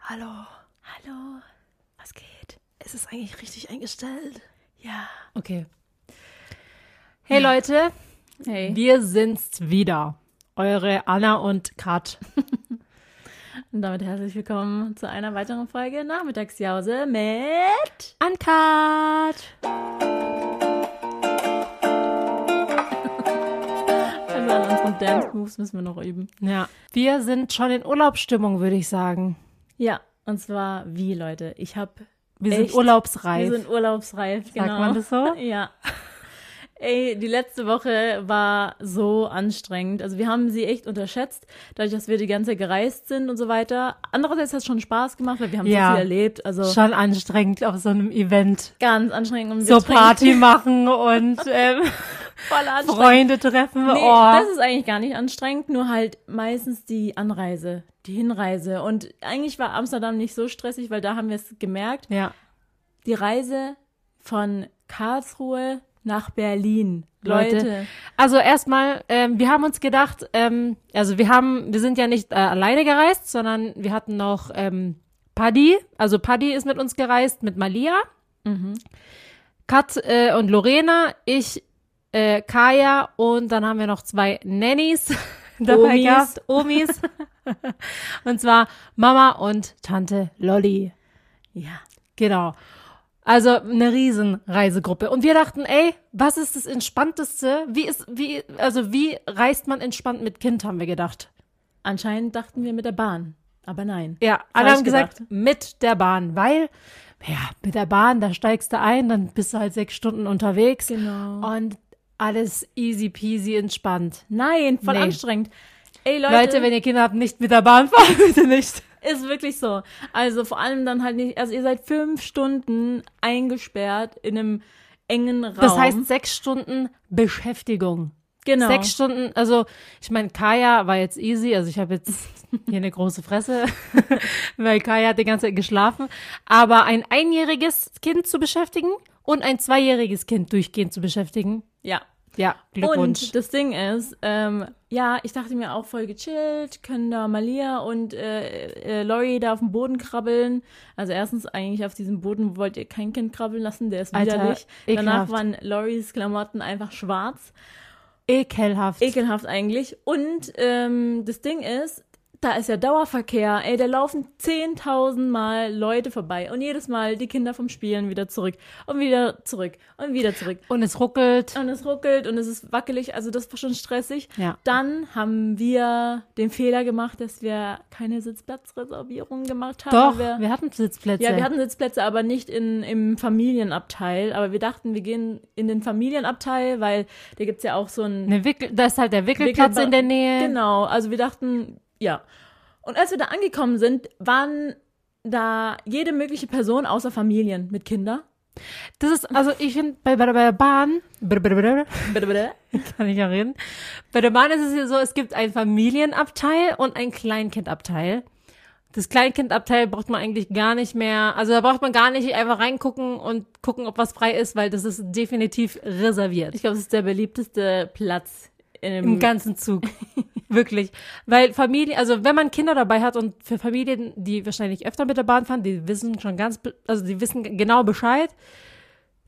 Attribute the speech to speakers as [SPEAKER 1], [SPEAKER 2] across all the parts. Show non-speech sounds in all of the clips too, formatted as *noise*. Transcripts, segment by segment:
[SPEAKER 1] Hallo,
[SPEAKER 2] Hallo, was geht?
[SPEAKER 1] es ist eigentlich richtig eingestellt.
[SPEAKER 2] Ja.
[SPEAKER 3] Okay. Hey Leute,
[SPEAKER 2] Hey.
[SPEAKER 3] wir sind's wieder. Eure Anna und Kat.
[SPEAKER 2] Und damit herzlich willkommen zu einer weiteren Folge Nachmittagsjause mit.
[SPEAKER 3] An Kat.
[SPEAKER 2] Also an unseren Dance Moves müssen wir noch üben.
[SPEAKER 3] Ja, wir sind schon in Urlaubsstimmung, würde ich sagen.
[SPEAKER 2] Ja, und zwar wie, Leute? Ich habe.
[SPEAKER 3] Wir
[SPEAKER 2] Echt?
[SPEAKER 3] sind urlaubsreif.
[SPEAKER 2] Wir sind urlaubsreif,
[SPEAKER 3] Sagt
[SPEAKER 2] genau.
[SPEAKER 3] man das so?
[SPEAKER 2] *laughs* Ja. Ey, die letzte Woche war so anstrengend. Also wir haben sie echt unterschätzt, dadurch, dass wir die ganze gereist sind und so weiter. Andererseits hat es schon Spaß gemacht, weil wir haben
[SPEAKER 3] Ja.
[SPEAKER 2] so viel erlebt. Also
[SPEAKER 3] schon anstrengend auf so einem Event.
[SPEAKER 2] ganz anstrengend. Und wir
[SPEAKER 3] So
[SPEAKER 2] trinken
[SPEAKER 3] Party machen und ähm,
[SPEAKER 2] *laughs* voll *laughs* anstrengend.
[SPEAKER 3] Freunde treffen.
[SPEAKER 2] Nee,
[SPEAKER 3] oh.
[SPEAKER 2] das ist eigentlich gar nicht anstrengend, nur halt meistens die Anreise, die Hinreise. Und eigentlich war Amsterdam nicht so stressig, weil da haben wir es gemerkt.
[SPEAKER 3] Ja,
[SPEAKER 2] Die Reise von Karlsruhe nach Berlin.
[SPEAKER 3] Leute.
[SPEAKER 2] Leute.
[SPEAKER 3] Also erstmal, ähm, wir haben uns gedacht, ähm, also wir haben, wir sind ja nicht äh, alleine gereist, sondern wir hatten noch ähm, Paddy. Also Paddy ist mit uns gereist, mit Malia, Kat äh, und Lorena, ich, äh, Kaya und dann haben wir noch zwei Nannies *laughs* dabei
[SPEAKER 2] Omis.
[SPEAKER 3] gehabt, Omis. und zwar Mama und Tante Lolly.
[SPEAKER 2] Ja.
[SPEAKER 3] Genau. Also eine riesen Reisegruppe. Und wir dachten, ey, was ist das Entspannteste? Wie ist, wie, also wie reist man entspannt mit Kind, haben wir gedacht.
[SPEAKER 2] Anscheinend dachten wir mit der Bahn, aber nein.
[SPEAKER 3] Ja, alle
[SPEAKER 2] Falsch
[SPEAKER 3] haben gesagt,
[SPEAKER 2] gedacht.
[SPEAKER 3] mit der Bahn, weil, ja, mit der Bahn, da steigst du ein, dann bist du halt sechs Stunden unterwegs.
[SPEAKER 2] Genau.
[SPEAKER 3] Und alles easy peasy entspannt.
[SPEAKER 2] Nein, voll
[SPEAKER 3] Nee.
[SPEAKER 2] anstrengend. Ey, Leute,
[SPEAKER 3] Leute, wenn ihr Kinder habt, nicht mit der Bahn fahren, *laughs* bitte nicht.
[SPEAKER 2] ist wirklich so. Also vor allem dann halt nicht, also ihr seid fünf Stunden eingesperrt in einem engen Raum.
[SPEAKER 3] Das heißt sechs Stunden Beschäftigung.
[SPEAKER 2] genau.
[SPEAKER 3] Sechs Stunden, also ich meine, Kaya war jetzt easy, also ich habe
[SPEAKER 2] *laughs*
[SPEAKER 3] jetzt hier eine große Fresse, *laughs* weil Kaya hat die ganze Zeit geschlafen. Aber ein einjähriges Kind zu beschäftigen und ein zweijähriges Kind durchgehend zu beschäftigen,
[SPEAKER 2] ja.
[SPEAKER 3] ja, Glückwunsch.
[SPEAKER 2] Und das Ding ist, ähm, ja, ich dachte mir auch voll gechillt, können da Malia und äh, äh, Lori da auf dem Boden krabbeln. Also erstens eigentlich auf diesem Boden wollt ihr kein Kind krabbeln lassen, der ist
[SPEAKER 3] Alter,
[SPEAKER 2] widerlich. Danach
[SPEAKER 3] ekelhaft.
[SPEAKER 2] waren Loris Klamotten einfach schwarz.
[SPEAKER 3] Ekelhaft.
[SPEAKER 2] Ekelhaft eigentlich. Und ähm, das Ding ist, da ist ja Dauerverkehr. Ey, da laufen 10.000 Mal Leute vorbei. Und jedes Mal die Kinder vom Spielen wieder zurück. Und wieder zurück. Und wieder zurück.
[SPEAKER 3] und es ruckelt.
[SPEAKER 2] Und es ruckelt und es ist wackelig. Also das war schon stressig.
[SPEAKER 3] Ja.
[SPEAKER 2] Dann haben wir den Fehler gemacht, dass wir keine Sitzplatzreservierung gemacht haben.
[SPEAKER 3] Doch,
[SPEAKER 2] Wir-
[SPEAKER 3] wir, hatten Sitzplätze.
[SPEAKER 2] ja, wir hatten Sitzplätze, aber nicht in, im Familienabteil. Aber wir dachten, wir gehen in den Familienabteil, weil da gibt's ja auch so einen
[SPEAKER 3] Eine Wickel, da ist halt der Wickelplatz
[SPEAKER 2] Wickelba-
[SPEAKER 3] in der Nähe.
[SPEAKER 2] Genau, also wir dachten, ja. Und als wir da angekommen sind, waren da jede mögliche Person außer Familien
[SPEAKER 3] *laughs*
[SPEAKER 2] mit Kindern.
[SPEAKER 3] Das ist, also ich finde, bei, bei, bei der Bahn,
[SPEAKER 2] Bitte, bitte.
[SPEAKER 3] *laughs* kann ich ja reden. Bei der Bahn ist es ja so, es gibt einen Familienabteil und einen Kleinkindabteil. Das Kleinkindabteil braucht man eigentlich gar nicht mehr, also da braucht man gar nicht einfach reingucken und gucken, ob was frei ist, weil das ist definitiv reserviert
[SPEAKER 2] Ich glaube, es ist der beliebteste Platz im,
[SPEAKER 3] im ganzen
[SPEAKER 2] *laughs*
[SPEAKER 3] Zug. Wirklich. Weil Familie, also wenn man Kinder dabei hat und für Familien, die wahrscheinlich öfter mit der Bahn fahren, die wissen schon ganz, be- also die wissen g- genau Bescheid.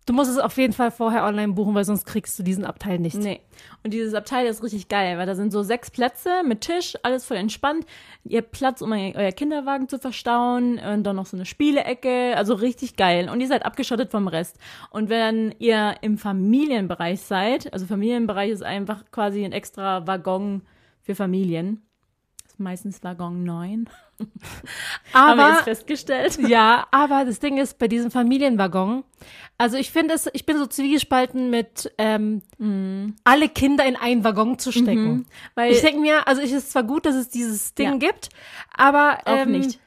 [SPEAKER 3] Du musst es auf jeden Fall vorher online buchen, weil sonst kriegst du diesen Abteil nicht.
[SPEAKER 2] Nee. Und dieses Abteil ist richtig geil, weil da sind so sechs Plätze mit Tisch, alles voll entspannt. Ihr habt Platz, um eu- euer Kinderwagen zu verstauen und dann noch so eine Spielecke. Also richtig geil. Und ihr seid abgeschottet vom Rest. Und wenn ihr im Familienbereich seid, also Familienbereich ist einfach quasi ein extra Waggon für Familien. Das ist meistens Waggon 9. Haben wir jetzt
[SPEAKER 3] Aber
[SPEAKER 2] festgestellt.
[SPEAKER 3] *laughs* Ja, aber das Ding ist bei diesem Familienwaggon, also ich finde es, ich bin so zwiegespalten mit ähm, alle Kinder in einen Waggon zu stecken.
[SPEAKER 2] Weil
[SPEAKER 3] Ich denke mir, also ich ist zwar gut, dass es dieses Ding
[SPEAKER 2] Ja.
[SPEAKER 3] gibt, aber
[SPEAKER 2] auch
[SPEAKER 3] ähm,
[SPEAKER 2] nicht.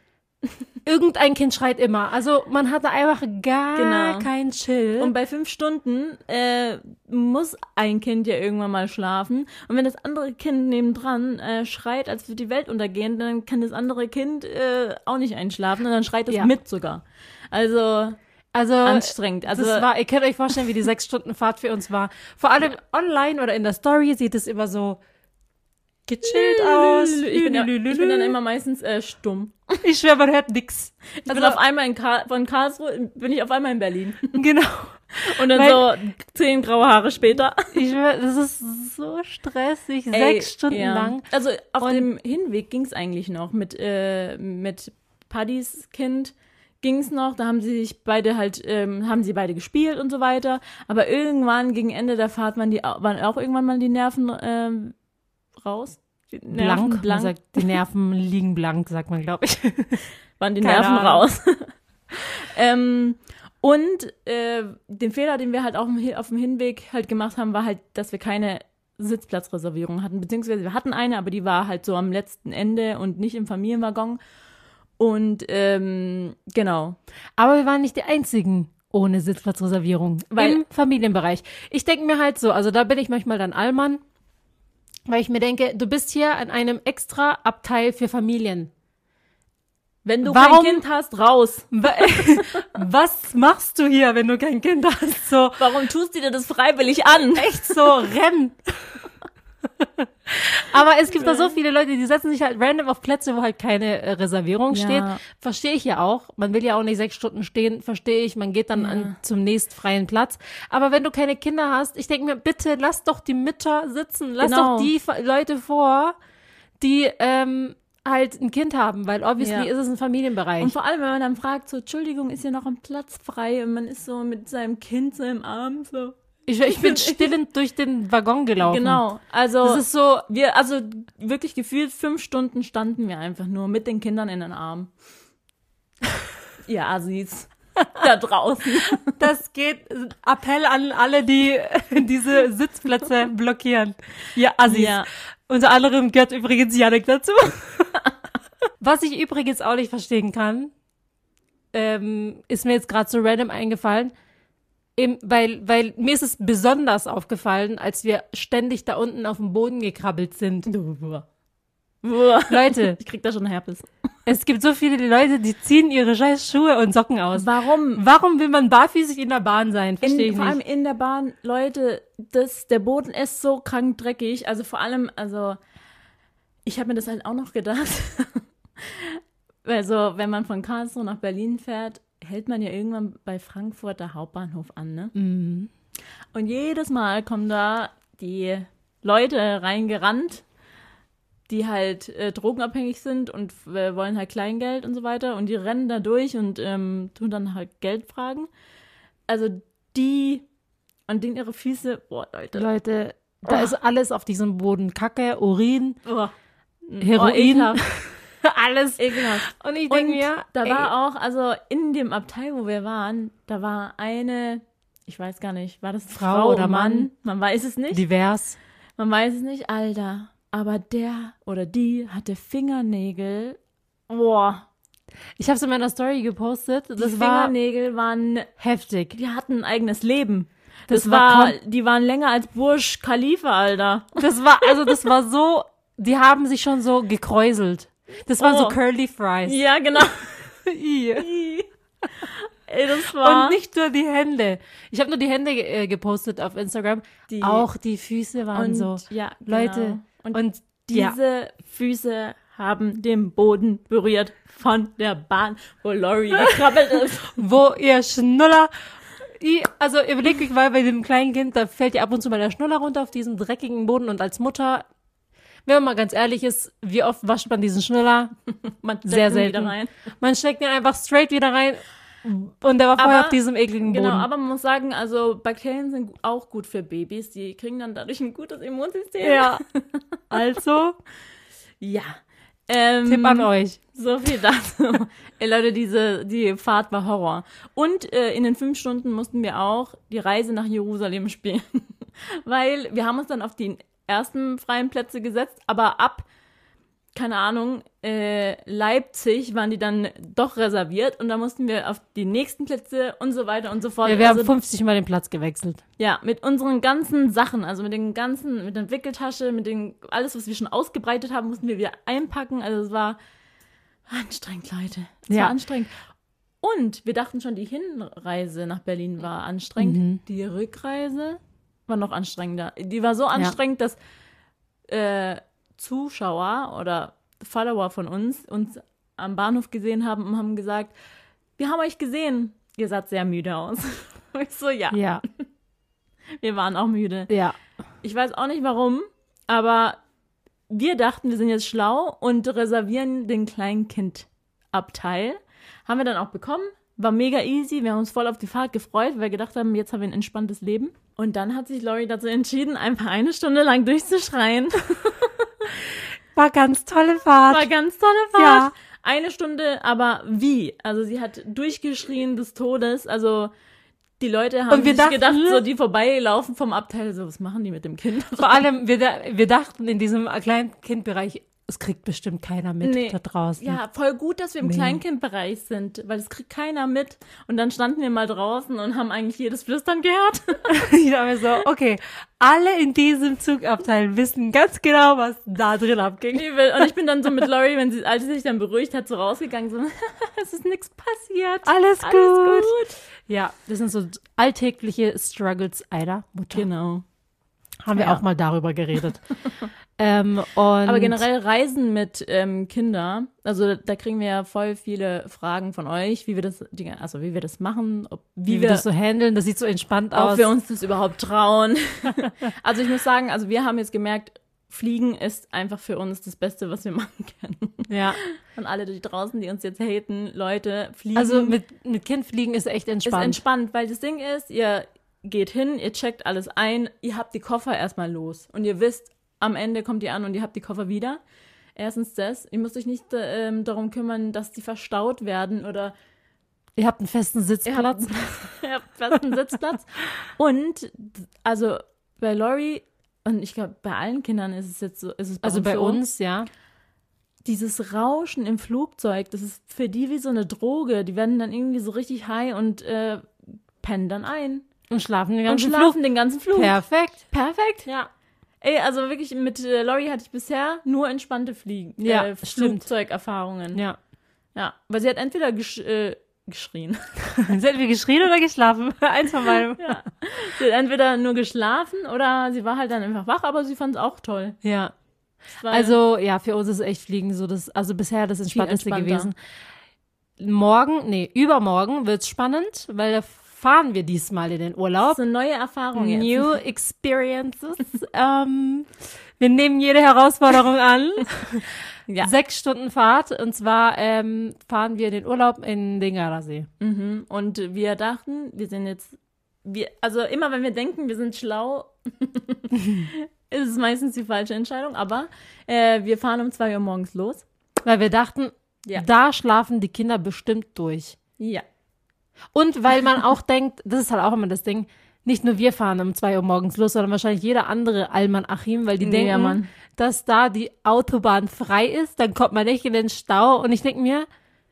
[SPEAKER 3] irgendein Kind schreit immer. Also man hat da einfach gar
[SPEAKER 2] Genau.
[SPEAKER 3] keinen Chill.
[SPEAKER 2] Und bei fünf Stunden äh, muss ein Kind ja irgendwann mal schlafen. Und wenn das andere Kind nebendran äh, schreit, als würde die Welt untergehen, dann kann das andere Kind äh, auch nicht einschlafen und dann schreit es
[SPEAKER 3] Ja.
[SPEAKER 2] mit sogar. Also
[SPEAKER 3] also
[SPEAKER 2] anstrengend. Also
[SPEAKER 3] das war, ihr könnt euch vorstellen, wie die sechs Stunden Fahrt für uns war. Vor allem online oder in der Story sieht es immer so gechillt aus.
[SPEAKER 2] Ich bin, ja, ich bin dann immer meistens äh, stumm.
[SPEAKER 3] ich schwör, man hört nix.
[SPEAKER 2] Also auf einmal in Karl von Karlsruhe bin ich auf einmal in Berlin.
[SPEAKER 3] Genau.
[SPEAKER 2] Und dann so zehn graue Haare später.
[SPEAKER 3] Ich schwör, das ist so stressig,
[SPEAKER 2] Ey,
[SPEAKER 3] sechs Stunden
[SPEAKER 2] ja.
[SPEAKER 3] lang.
[SPEAKER 2] Also auf dem Hinweg ging's eigentlich noch mit, äh, mit Paddys Kind ging's noch, da haben sie sich beide halt, ähm, haben sie beide gespielt und so weiter. Aber irgendwann gegen Ende der Fahrt waren die au- waren auch irgendwann mal die Nerven ähm, raus. Die Nerven
[SPEAKER 3] Blank, Man sagt, die
[SPEAKER 2] *laughs*
[SPEAKER 3] Nerven liegen blank, sagt man, glaube ich.
[SPEAKER 2] waren die
[SPEAKER 3] Keine
[SPEAKER 2] Nerven
[SPEAKER 3] Ahnung.
[SPEAKER 2] raus. *laughs* ähm, und äh, den Fehler, den wir halt auf dem, Hin- auf dem Hinweg halt gemacht haben, war halt, dass wir keine Sitzplatzreservierung hatten. Beziehungsweise wir hatten eine, aber die war halt so am letzten Ende und nicht im Familienwaggon. Und ähm, genau.
[SPEAKER 3] Aber wir waren nicht die einzigen ohne Sitzplatzreservierung
[SPEAKER 2] Weil-
[SPEAKER 3] im Familienbereich. Ich denke mir halt so, also da bin ich manchmal dann Allmann, weil ich mir denke, du bist hier an einem extra Abteil für Familien.
[SPEAKER 2] Wenn du
[SPEAKER 3] Warum-
[SPEAKER 2] kein Kind hast, raus.
[SPEAKER 3] Wa- *laughs* Was machst du hier, wenn du kein Kind hast? So,
[SPEAKER 2] Warum tust du dir das freiwillig an?
[SPEAKER 3] echt so, renn. Aber es gibt da so viele Leute, die setzen sich halt random auf Plätze, wo halt keine äh, Reservierung
[SPEAKER 2] Ja.
[SPEAKER 3] steht. Verstehe ich ja auch. Man will ja auch nicht sechs Stunden stehen, verstehe ich. Man geht dann an, zum nächsten freien Platz. Aber wenn du keine Kinder hast, ich denke mir, bitte lass doch die Mütter sitzen. Lass
[SPEAKER 2] Genau.
[SPEAKER 3] doch die Fa- Leute vor, die ähm, halt ein Kind haben, weil obviously
[SPEAKER 2] Ja.
[SPEAKER 3] ist es ein Familienbereich.
[SPEAKER 2] Und vor allem, wenn man dann fragt, so, Entschuldigung, ist hier noch ein Platz frei? Und man ist so mit seinem Kind so im Arm, so.
[SPEAKER 3] Ich, ich
[SPEAKER 2] *laughs*
[SPEAKER 3] bin stillend durch den Waggon gelaufen.
[SPEAKER 2] Genau. Also.
[SPEAKER 3] Das ist so,
[SPEAKER 2] Wir, also wirklich gefühlt fünf Stunden standen wir einfach nur mit den Kindern in den *laughs* Armen. Ihr Assis. Da draußen.
[SPEAKER 3] Das geht. Appell an alle, die *laughs* diese Sitzplätze blockieren. Ihr Assis.
[SPEAKER 2] Ja.
[SPEAKER 3] Unter anderem gehört übrigens Janik dazu. *laughs* Was ich übrigens auch nicht verstehen kann, ähm, ist mir jetzt gerade so random eingefallen, Im, weil, weil mir ist es besonders aufgefallen, als wir ständig da unten auf dem Boden gekrabbelt sind. Leute,
[SPEAKER 2] Ich krieg da schon Herpes.
[SPEAKER 3] es gibt so viele Leute, die ziehen ihre scheiß Schuhe und Socken aus.
[SPEAKER 2] Warum?
[SPEAKER 3] Warum will man barfüßig in der Bahn sein?
[SPEAKER 2] In,
[SPEAKER 3] Verstehe ich
[SPEAKER 2] vor
[SPEAKER 3] nicht.
[SPEAKER 2] allem in der Bahn, Leute, das, der Boden ist so krank dreckig. Also vor allem, also ich habe mir das halt auch noch gedacht. *laughs* Also wenn man von Karlsruhe nach Berlin fährt, hält man ja irgendwann bei Frankfurter Hauptbahnhof an, ne? Und jedes Mal kommen da die Leute reingerannt, die halt äh, drogenabhängig sind und f- äh, wollen halt Kleingeld und so weiter. Und die rennen da durch und ähm, tun dann halt Geld fragen. Also die, an denen ihre Füße, boah, Leute.
[SPEAKER 3] Leute, da ist alles auf diesem Boden. Kacke, Urin,
[SPEAKER 2] Boah. Oh,
[SPEAKER 3] Heroin,
[SPEAKER 2] ekelhaft,
[SPEAKER 3] *laughs* alles.
[SPEAKER 2] ekelhaft.
[SPEAKER 3] Mm. Und ich
[SPEAKER 2] Und
[SPEAKER 3] denke mir,
[SPEAKER 2] da
[SPEAKER 3] ey,
[SPEAKER 2] war auch, also in dem Abteil, wo wir waren, da war eine, ich weiß gar nicht, war das
[SPEAKER 3] Frau oder Mann?
[SPEAKER 2] Man weiß es nicht.
[SPEAKER 3] divers.
[SPEAKER 2] Man weiß es nicht, Alter. Aber der oder die hatte Fingernägel. Boah,
[SPEAKER 3] Ich habe es in meiner Story gepostet.
[SPEAKER 2] die
[SPEAKER 3] Das war
[SPEAKER 2] Fingernägel waren,
[SPEAKER 3] heftig.
[SPEAKER 2] die hatten ein eigenes Leben.
[SPEAKER 3] Das
[SPEAKER 2] Das,
[SPEAKER 3] war
[SPEAKER 2] war, die waren länger als Bursch Khalifa,
[SPEAKER 3] *laughs*
[SPEAKER 2] Alter.
[SPEAKER 3] Das war also, das war so. Die haben sich schon so gekräuselt. Das waren so
[SPEAKER 2] Oh.
[SPEAKER 3] Curly Fries.
[SPEAKER 2] Ja, *laughs* genau.
[SPEAKER 3] Ih.
[SPEAKER 2] Ey, das war
[SPEAKER 3] Und nicht nur die Hände. Ich habe nur die Hände äh, gepostet auf Instagram.
[SPEAKER 2] Die-
[SPEAKER 3] auch die Füße waren
[SPEAKER 2] und
[SPEAKER 3] so.
[SPEAKER 2] ja, genau.
[SPEAKER 3] Leute.
[SPEAKER 2] Und,
[SPEAKER 3] und ja.
[SPEAKER 2] diese Füße haben den Boden berührt von der Bahn, wo Lori gekrabbelt ist.
[SPEAKER 3] wo ihr Schnuller. I- Also überleg mich mal bei dem kleinen Kind, da fällt ihr ab und zu mal der Schnuller runter auf diesen dreckigen Boden und als Mutter, wenn man mal ganz ehrlich ist, wie oft wascht man diesen Schnuller?
[SPEAKER 2] *laughs* Man steckt
[SPEAKER 3] Sehr
[SPEAKER 2] ihn wieder
[SPEAKER 3] selten.
[SPEAKER 2] rein.
[SPEAKER 3] Man steckt ihn einfach straight wieder rein und der war vorher
[SPEAKER 2] Aber-
[SPEAKER 3] auf diesem ekligen Boden.
[SPEAKER 2] Genau, aber man muss sagen, also Bakterien sind gu- auch gut für Babys. Die kriegen dann dadurch ein gutes Immunsystem. *laughs*
[SPEAKER 3] ja. Also,
[SPEAKER 2] Ja. Ähm,
[SPEAKER 3] Tipp an euch.
[SPEAKER 2] So viel dazu. *laughs* Ey, Leute, diese, die Fahrt war Horror. Und äh, in den fünf Stunden mussten wir auch die Reise nach Jerusalem *laughs* spielen. Weil wir haben uns dann auf die ersten freien Plätze gesetzt, aber ab, keine Ahnung, äh, Leipzig waren die dann doch reserviert und da mussten wir auf die nächsten Plätze und so weiter und so fort.
[SPEAKER 3] Ja, wir haben
[SPEAKER 2] Also
[SPEAKER 3] 50 Mal den Platz gewechselt.
[SPEAKER 2] ja, mit unseren ganzen Sachen, also mit den ganzen, mit der Wickeltasche, mit dem, alles, was wir schon ausgebreitet haben, mussten wir wieder einpacken. Also es war anstrengend, Leute. Es
[SPEAKER 3] Ja.
[SPEAKER 2] war anstrengend. Und wir dachten schon, die Hinreise nach Berlin war anstrengend. Die Rückreise war noch anstrengender. Die war so anstrengend, dass äh, Zuschauer oder Follower von uns uns am Bahnhof gesehen haben und haben gesagt, wir haben euch gesehen, ihr saht sehr müde aus. *laughs* Und ich so, ja,
[SPEAKER 3] Ja.
[SPEAKER 2] wir waren auch müde.
[SPEAKER 3] Ja.
[SPEAKER 2] Ich weiß auch nicht warum, aber wir dachten, wir sind jetzt schlau und reservieren den Kleinkind-Abteil. Haben wir dann auch bekommen. War mega easy. Wir haben uns voll auf die Fahrt gefreut, weil wir gedacht haben, jetzt haben wir ein entspanntes Leben. Und dann hat sich Lori dazu entschieden, einfach eine Stunde
[SPEAKER 3] *laughs*
[SPEAKER 2] lang durchzuschreien.
[SPEAKER 3] War ganz tolle Fahrt.
[SPEAKER 2] War ganz tolle
[SPEAKER 3] Ja.
[SPEAKER 2] Fahrt. Eine Stunde, aber wie? Also sie hat durchgeschrien des Todes. Also die Leute haben
[SPEAKER 3] Und wir
[SPEAKER 2] sich
[SPEAKER 3] dachten-
[SPEAKER 2] gedacht, so die vorbeilaufen vom Abteil, so was machen die mit dem Kind?
[SPEAKER 3] Vor allem, wir, da- wir dachten in diesem kleinen Kindbereich, es kriegt bestimmt keiner mit
[SPEAKER 2] Nee.
[SPEAKER 3] da draußen.
[SPEAKER 2] Ja, voll gut, dass wir im
[SPEAKER 3] Hm. Nee.
[SPEAKER 2] Kleinkindbereich sind, weil das kriegt keiner mit. Und dann standen wir mal draußen und haben eigentlich jedes Flüstern gehört. *laughs*
[SPEAKER 3] Ich dachte mir so, okay, alle in diesem Zugabteil wissen ganz genau, was da drin abging.
[SPEAKER 2] Übel. Und ich bin dann so mit Lori, wenn sie, als sie sich dann beruhigt hat, so rausgegangen, so, *laughs* es ist nichts passiert.
[SPEAKER 3] Alles gut.
[SPEAKER 2] Alles gut.
[SPEAKER 3] Ja, das sind so alltägliche Struggles einer Mutter.
[SPEAKER 2] Genau.
[SPEAKER 3] Haben wir
[SPEAKER 2] Ja.
[SPEAKER 3] auch mal darüber geredet. *laughs* ähm, und
[SPEAKER 2] Aber generell Reisen mit ähm, Kinder, also da kriegen wir ja voll viele Fragen von euch, wie wir das, die- also wie wir das machen, ob,
[SPEAKER 3] wie wir das so handeln, das sieht so entspannt aus.
[SPEAKER 2] ob wir uns das
[SPEAKER 3] *laughs*
[SPEAKER 2] überhaupt trauen. also ich muss sagen, also wir haben jetzt gemerkt, Fliegen ist einfach für uns das Beste, was wir machen können.
[SPEAKER 3] ja.
[SPEAKER 2] Und alle die draußen, die uns jetzt haten, Leute, Fliegen
[SPEAKER 3] Also mit, mit Kind fliegen ist echt
[SPEAKER 2] ist
[SPEAKER 3] entspannt.
[SPEAKER 2] entspannt, weil das Ding ist, ihr geht hin, ihr checkt alles ein, ihr habt die Koffer erstmal los und ihr wisst, am Ende kommt ihr an und ihr habt die Koffer wieder. Erstens das, ihr müsst euch nicht ähm, darum kümmern, dass die verstaut werden oder
[SPEAKER 3] Ihr habt einen festen
[SPEAKER 2] Ihr habt,
[SPEAKER 3] Sitzplatz.
[SPEAKER 2] *laughs* ihr habt fast einen Sitzplatz. Und also bei Lori und ich glaube bei allen Kindern ist es jetzt so, ist es bei
[SPEAKER 3] Also
[SPEAKER 2] uns
[SPEAKER 3] bei
[SPEAKER 2] so,
[SPEAKER 3] uns, ja.
[SPEAKER 2] dieses Rauschen im Flugzeug, das ist für die wie so eine Droge. Die werden dann irgendwie so richtig high und äh, pennen dann ein
[SPEAKER 3] Und schlafen den
[SPEAKER 2] und
[SPEAKER 3] ganzen
[SPEAKER 2] schlafen
[SPEAKER 3] Flug.
[SPEAKER 2] den ganzen Flug.
[SPEAKER 3] Perfekt.
[SPEAKER 2] Perfekt.
[SPEAKER 3] Ja.
[SPEAKER 2] Ey, also wirklich mit äh, Lori hatte ich bisher nur entspannte Fliegen,
[SPEAKER 3] Ja,
[SPEAKER 2] äh,
[SPEAKER 3] stimmt.
[SPEAKER 2] Flugzeugerfahrungen.
[SPEAKER 3] Ja. *laughs*
[SPEAKER 2] ja, weil sie hat entweder gesch äh, geschrien.
[SPEAKER 3] Sind wir geschrien oder geschlafen? *laughs* Eins von beiden.
[SPEAKER 2] *laughs* Sie hat entweder nur geschlafen oder sie war halt dann einfach wach, aber sie fand es auch toll.
[SPEAKER 3] Ja.
[SPEAKER 2] Es war-
[SPEAKER 3] Also ja, für uns ist echt Fliegen so das, also bisher das Entspannteste gewesen.
[SPEAKER 2] entspannter.
[SPEAKER 3] Morgen, nee, übermorgen wird's spannend, weil da fahren wir diesmal in den
[SPEAKER 2] das
[SPEAKER 3] Urlaub.
[SPEAKER 2] ist eine neue Erfahrung jetzt.
[SPEAKER 3] Also, New Experiences. *laughs* ähm, wir nehmen jede Herausforderung an.
[SPEAKER 2] *laughs* Ja.
[SPEAKER 3] Sechs Stunden Fahrt und zwar ähm, fahren wir in den Urlaub in den Gardasee.
[SPEAKER 2] Mhm. Und wir dachten, wir sind jetzt, wir, also immer wenn wir denken, wir sind schlau, *laughs* ist es meistens die falsche Entscheidung, aber äh, wir fahren um 2 Uhr morgens los.
[SPEAKER 3] Weil wir dachten,
[SPEAKER 2] Ja.
[SPEAKER 3] da schlafen die Kinder bestimmt durch.
[SPEAKER 2] Ja.
[SPEAKER 3] Und weil man auch *laughs* denkt, das ist halt auch immer das Ding, nicht nur wir fahren um 2 Uhr morgens los, sondern wahrscheinlich jeder andere Alman Achim, weil die
[SPEAKER 2] Nee,
[SPEAKER 3] denken,
[SPEAKER 2] ja, Mann.
[SPEAKER 3] dass da die Autobahn frei ist, dann kommt man nicht in den Stau. Und ich denke mir,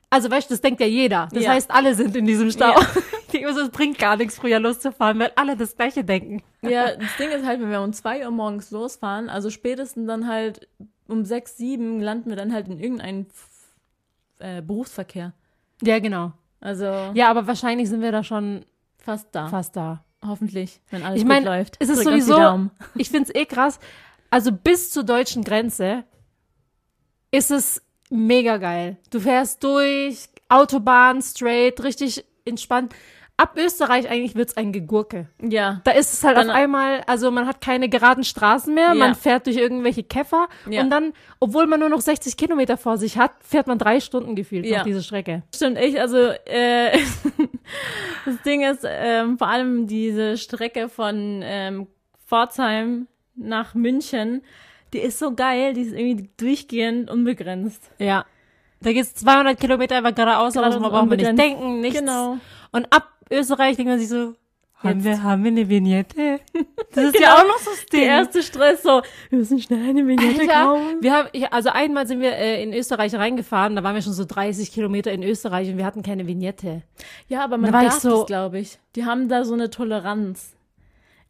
[SPEAKER 3] also weißt du, das denkt ja jeder. Das
[SPEAKER 2] Ja.
[SPEAKER 3] heißt, alle sind in diesem Stau. *laughs*
[SPEAKER 2] Ja.
[SPEAKER 3] Ich denke mir so, es bringt gar nichts, früher loszufahren, weil alle das Gleiche denken.
[SPEAKER 2] Ja, das Ding ist halt, wenn wir um 2 Uhr morgens losfahren, also spätestens dann halt um 6, 7 landen wir dann halt in irgendeinem äh, Berufsverkehr.
[SPEAKER 3] Ja, genau.
[SPEAKER 2] Also
[SPEAKER 3] Ja, aber wahrscheinlich sind wir da schon
[SPEAKER 2] fast da.
[SPEAKER 3] fast da.
[SPEAKER 2] Hoffentlich, wenn alles
[SPEAKER 3] Ich
[SPEAKER 2] gut
[SPEAKER 3] meine,
[SPEAKER 2] läuft.
[SPEAKER 3] es ist
[SPEAKER 2] Drückt uns die
[SPEAKER 3] sowieso-
[SPEAKER 2] Daumen.
[SPEAKER 3] Ich find's eh krass. Also bis zur deutschen Grenze ist es mega geil. Du fährst durch, Autobahn, straight, richtig entspannt. Ab Österreich eigentlich wird's ein Gegurke.
[SPEAKER 2] Ja.
[SPEAKER 3] Da ist es halt
[SPEAKER 2] Dann-
[SPEAKER 3] auf einmal, also man hat keine geraden Straßen mehr,
[SPEAKER 2] Ja.
[SPEAKER 3] man fährt durch irgendwelche Käfer
[SPEAKER 2] Ja.
[SPEAKER 3] und dann, obwohl man nur noch 60 Kilometer vor sich hat, fährt man drei Stunden gefühlt
[SPEAKER 2] Ja.
[SPEAKER 3] auf diese Strecke.
[SPEAKER 2] Stimmt, echt. Also äh, *laughs* das Ding ist ähm, vor allem diese Strecke von ähm, Pforzheim nach München, die ist so geil, die ist irgendwie durchgehend unbegrenzt.
[SPEAKER 3] Ja. Da geht's 200 Kilometer einfach geradeaus, da muss man
[SPEAKER 2] Geradeaus
[SPEAKER 3] braucht man nicht
[SPEAKER 2] unbegrenzt.
[SPEAKER 3] denken, nichts.
[SPEAKER 2] Genau.
[SPEAKER 3] Und ab Österreich denkt man sich so, haben
[SPEAKER 2] Jetzt.
[SPEAKER 3] wir, haben wir eine Vignette? Das *laughs* ist ja auch noch so das Ding.
[SPEAKER 2] Der erste Stress so, wir müssen schnell eine Vignette
[SPEAKER 3] Alter,
[SPEAKER 2] kaufen.
[SPEAKER 3] wir haben, ich- also einmal sind wir äh, in Österreich reingefahren, da waren wir schon so 30 Kilometer in Österreich und wir hatten keine Vignette.
[SPEAKER 2] Ja, aber man
[SPEAKER 3] Da war ich
[SPEAKER 2] darf
[SPEAKER 3] so-
[SPEAKER 2] das, glaube ich. Die haben da so eine Toleranz.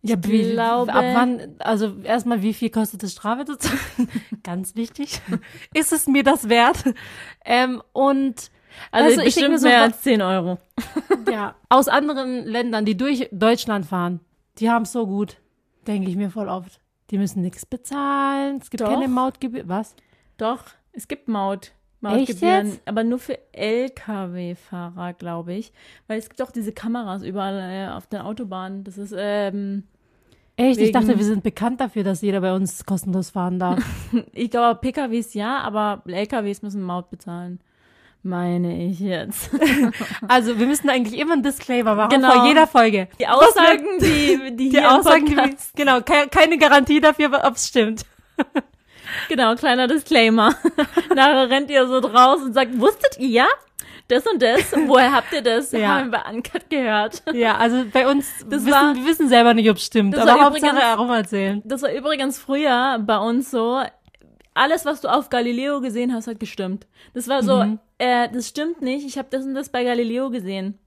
[SPEAKER 3] Ich
[SPEAKER 2] glaube-
[SPEAKER 3] ab wann, also erstmal, wie viel kostet das Strafe zu zahlen? *laughs* Ganz wichtig. Ist es mir das wert? Ähm, und
[SPEAKER 2] Also,
[SPEAKER 3] ich denke mir
[SPEAKER 2] bestimmt
[SPEAKER 3] so,
[SPEAKER 2] mehr
[SPEAKER 3] wa-
[SPEAKER 2] als 10 Euro.
[SPEAKER 3] ja, aus anderen Ländern, die durch Deutschland fahren, die haben es so gut, denke ich mir voll oft. Die müssen nichts bezahlen. Es gibt
[SPEAKER 2] Doch.
[SPEAKER 3] keine Mautgebühr. Was?
[SPEAKER 2] Doch, es gibt Maut.
[SPEAKER 3] Echt
[SPEAKER 2] Mautgebühren,
[SPEAKER 3] jetzt?
[SPEAKER 2] aber nur für Lkw-Fahrer, glaube ich. Weil es gibt auch diese Kameras überall äh, auf der Autobahn. Das ist, ähm,
[SPEAKER 3] Echt? ich
[SPEAKER 2] Wegen-
[SPEAKER 3] dachte, wir sind bekannt dafür, dass jeder bei uns kostenlos fahren darf.
[SPEAKER 2] *laughs* ich glaube, PKWs ja, aber LKWs müssen Maut bezahlen. Meine ich jetzt.
[SPEAKER 3] also, wir müssen eigentlich immer einen Disclaimer machen
[SPEAKER 2] Genau.
[SPEAKER 3] vor jeder Folge.
[SPEAKER 2] *laughs* Die Aussagen, die, die hier
[SPEAKER 3] Die
[SPEAKER 2] im
[SPEAKER 3] Aussagen, die,
[SPEAKER 2] Podcast,
[SPEAKER 3] wir- genau, ke keine Garantie dafür, ob es stimmt.
[SPEAKER 2] genau, kleiner Disclaimer. *laughs* Nachher rennt ihr so draus und sagt, wusstet ihr das und das? Woher habt ihr das?
[SPEAKER 3] Ja.
[SPEAKER 2] Haben wir bei Uncut gehört.
[SPEAKER 3] Ja, also bei uns,
[SPEAKER 2] Das
[SPEAKER 3] wissen,
[SPEAKER 2] war-
[SPEAKER 3] wir wissen selber nicht, ob es stimmt,
[SPEAKER 2] Das
[SPEAKER 3] aber
[SPEAKER 2] war
[SPEAKER 3] Hauptsache
[SPEAKER 2] übrigens-
[SPEAKER 3] herum erzählen.
[SPEAKER 2] Das war übrigens früher bei uns so. Alles, was du auf Galileo gesehen hast, hat gestimmt. Das war so,
[SPEAKER 3] Mhm.
[SPEAKER 2] äh, das stimmt nicht. Ich habe das und das bei Galileo gesehen.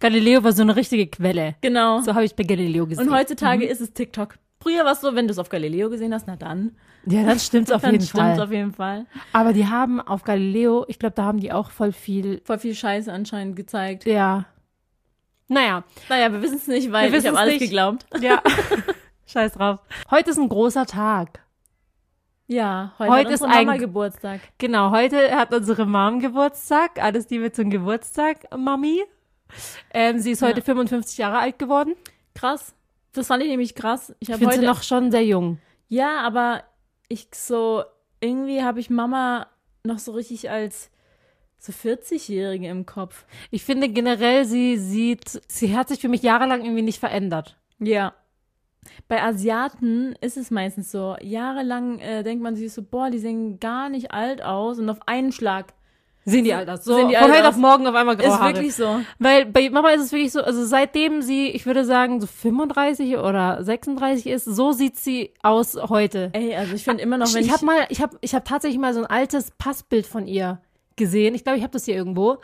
[SPEAKER 3] Galileo war so eine richtige Quelle.
[SPEAKER 2] Genau.
[SPEAKER 3] So Mhm. habe ich bei Galileo gesehen.
[SPEAKER 2] und heutzutage ist es TikTok. Früher war es so, wenn du es auf Galileo gesehen hast, na dann.
[SPEAKER 3] ja, dann
[SPEAKER 2] *laughs*
[SPEAKER 3] stimmt's auf
[SPEAKER 2] dann
[SPEAKER 3] jeden
[SPEAKER 2] stimmt's
[SPEAKER 3] Fall.
[SPEAKER 2] auf jeden Fall.
[SPEAKER 3] aber die haben auf Galileo, ich glaube, da haben die auch voll viel,
[SPEAKER 2] Voll viel Scheiße anscheinend gezeigt.
[SPEAKER 3] ja. Naja,
[SPEAKER 2] Naja, wir wissen es nicht, weil
[SPEAKER 3] Wir
[SPEAKER 2] ich habe
[SPEAKER 3] wissen's
[SPEAKER 2] alles
[SPEAKER 3] nicht.
[SPEAKER 2] geglaubt. *laughs*
[SPEAKER 3] ja. Scheiß drauf. Heute ist ein großer Tag.
[SPEAKER 2] Ja, heute,
[SPEAKER 3] Heute
[SPEAKER 2] hat
[SPEAKER 3] ist
[SPEAKER 2] unsere Mama
[SPEAKER 3] eigentlich-
[SPEAKER 2] Geburtstag.
[SPEAKER 3] Genau, heute hat unsere Mom Geburtstag. Alles Liebe zum Geburtstag, Mami. Ähm, sie ist heute 55 Jahre alt geworden.
[SPEAKER 2] Krass. Das fand ich nämlich krass.
[SPEAKER 3] Ich
[SPEAKER 2] Ich habe
[SPEAKER 3] finde sie
[SPEAKER 2] heute
[SPEAKER 3] noch schon sehr jung.
[SPEAKER 2] Ja, aber ich so, irgendwie habe ich Mama noch so richtig als so 40-Jährige im Kopf.
[SPEAKER 3] Ich finde generell, sie sieht, sie hat sich für mich jahrelang irgendwie nicht verändert.
[SPEAKER 2] Ja. Bei Asiaten ist es meistens so, jahrelang äh, denkt man sich so, boah, die sehen gar nicht alt aus und auf einen Schlag
[SPEAKER 3] Sehen die alt aus. So
[SPEAKER 2] Sehen die
[SPEAKER 3] von
[SPEAKER 2] alt
[SPEAKER 3] heute
[SPEAKER 2] aus.
[SPEAKER 3] auf morgen auf einmal graue
[SPEAKER 2] ist
[SPEAKER 3] Haare.
[SPEAKER 2] wirklich so.
[SPEAKER 3] Weil bei Mama ist es wirklich so, also seitdem sie, ich würde sagen, so 35 oder 36 ist, so sieht sie aus heute.
[SPEAKER 2] Ey, also ich finde immer noch, wenn
[SPEAKER 3] ich habe mal, ich habe ich hab tatsächlich mal so ein altes Passbild von ihr gesehen. Ich glaube, ich habe das hier irgendwo.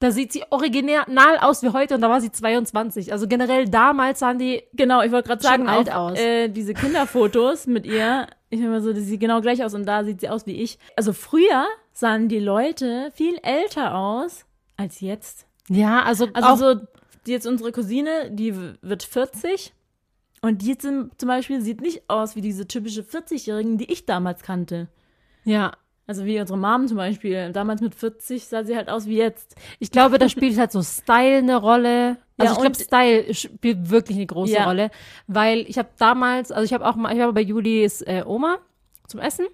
[SPEAKER 3] Da sieht sie original aus wie heute und da war sie 22. Also generell damals sahen die,
[SPEAKER 2] genau, ich wollte gerade
[SPEAKER 3] Schon
[SPEAKER 2] sagen,
[SPEAKER 3] alt
[SPEAKER 2] auch,
[SPEAKER 3] aus.
[SPEAKER 2] Äh, diese Kinderfotos mit ihr, ich bin immer so, die sieht genau gleich aus und da sieht sie aus wie ich. Also früher sahen die Leute viel älter aus als jetzt.
[SPEAKER 3] ja, also,
[SPEAKER 2] Also
[SPEAKER 3] auch,
[SPEAKER 2] so, die jetzt unsere Cousine, die w- wird 40 und die zum, zum Beispiel sieht nicht aus wie diese typische 40-Jährigen, die ich damals kannte.
[SPEAKER 3] ja.
[SPEAKER 2] Also wie unsere Mom zum Beispiel. Damals mit 40 sah sie halt aus wie jetzt.
[SPEAKER 3] Ich glaube, da spielt halt so Style eine Rolle. Also
[SPEAKER 2] Ja,
[SPEAKER 3] ich glaube,
[SPEAKER 2] und-
[SPEAKER 3] Style spielt wirklich eine große
[SPEAKER 2] Ja.
[SPEAKER 3] Rolle, weil ich habe damals, also ich habe auch mal, ich war bei Julis äh, Oma zum Essen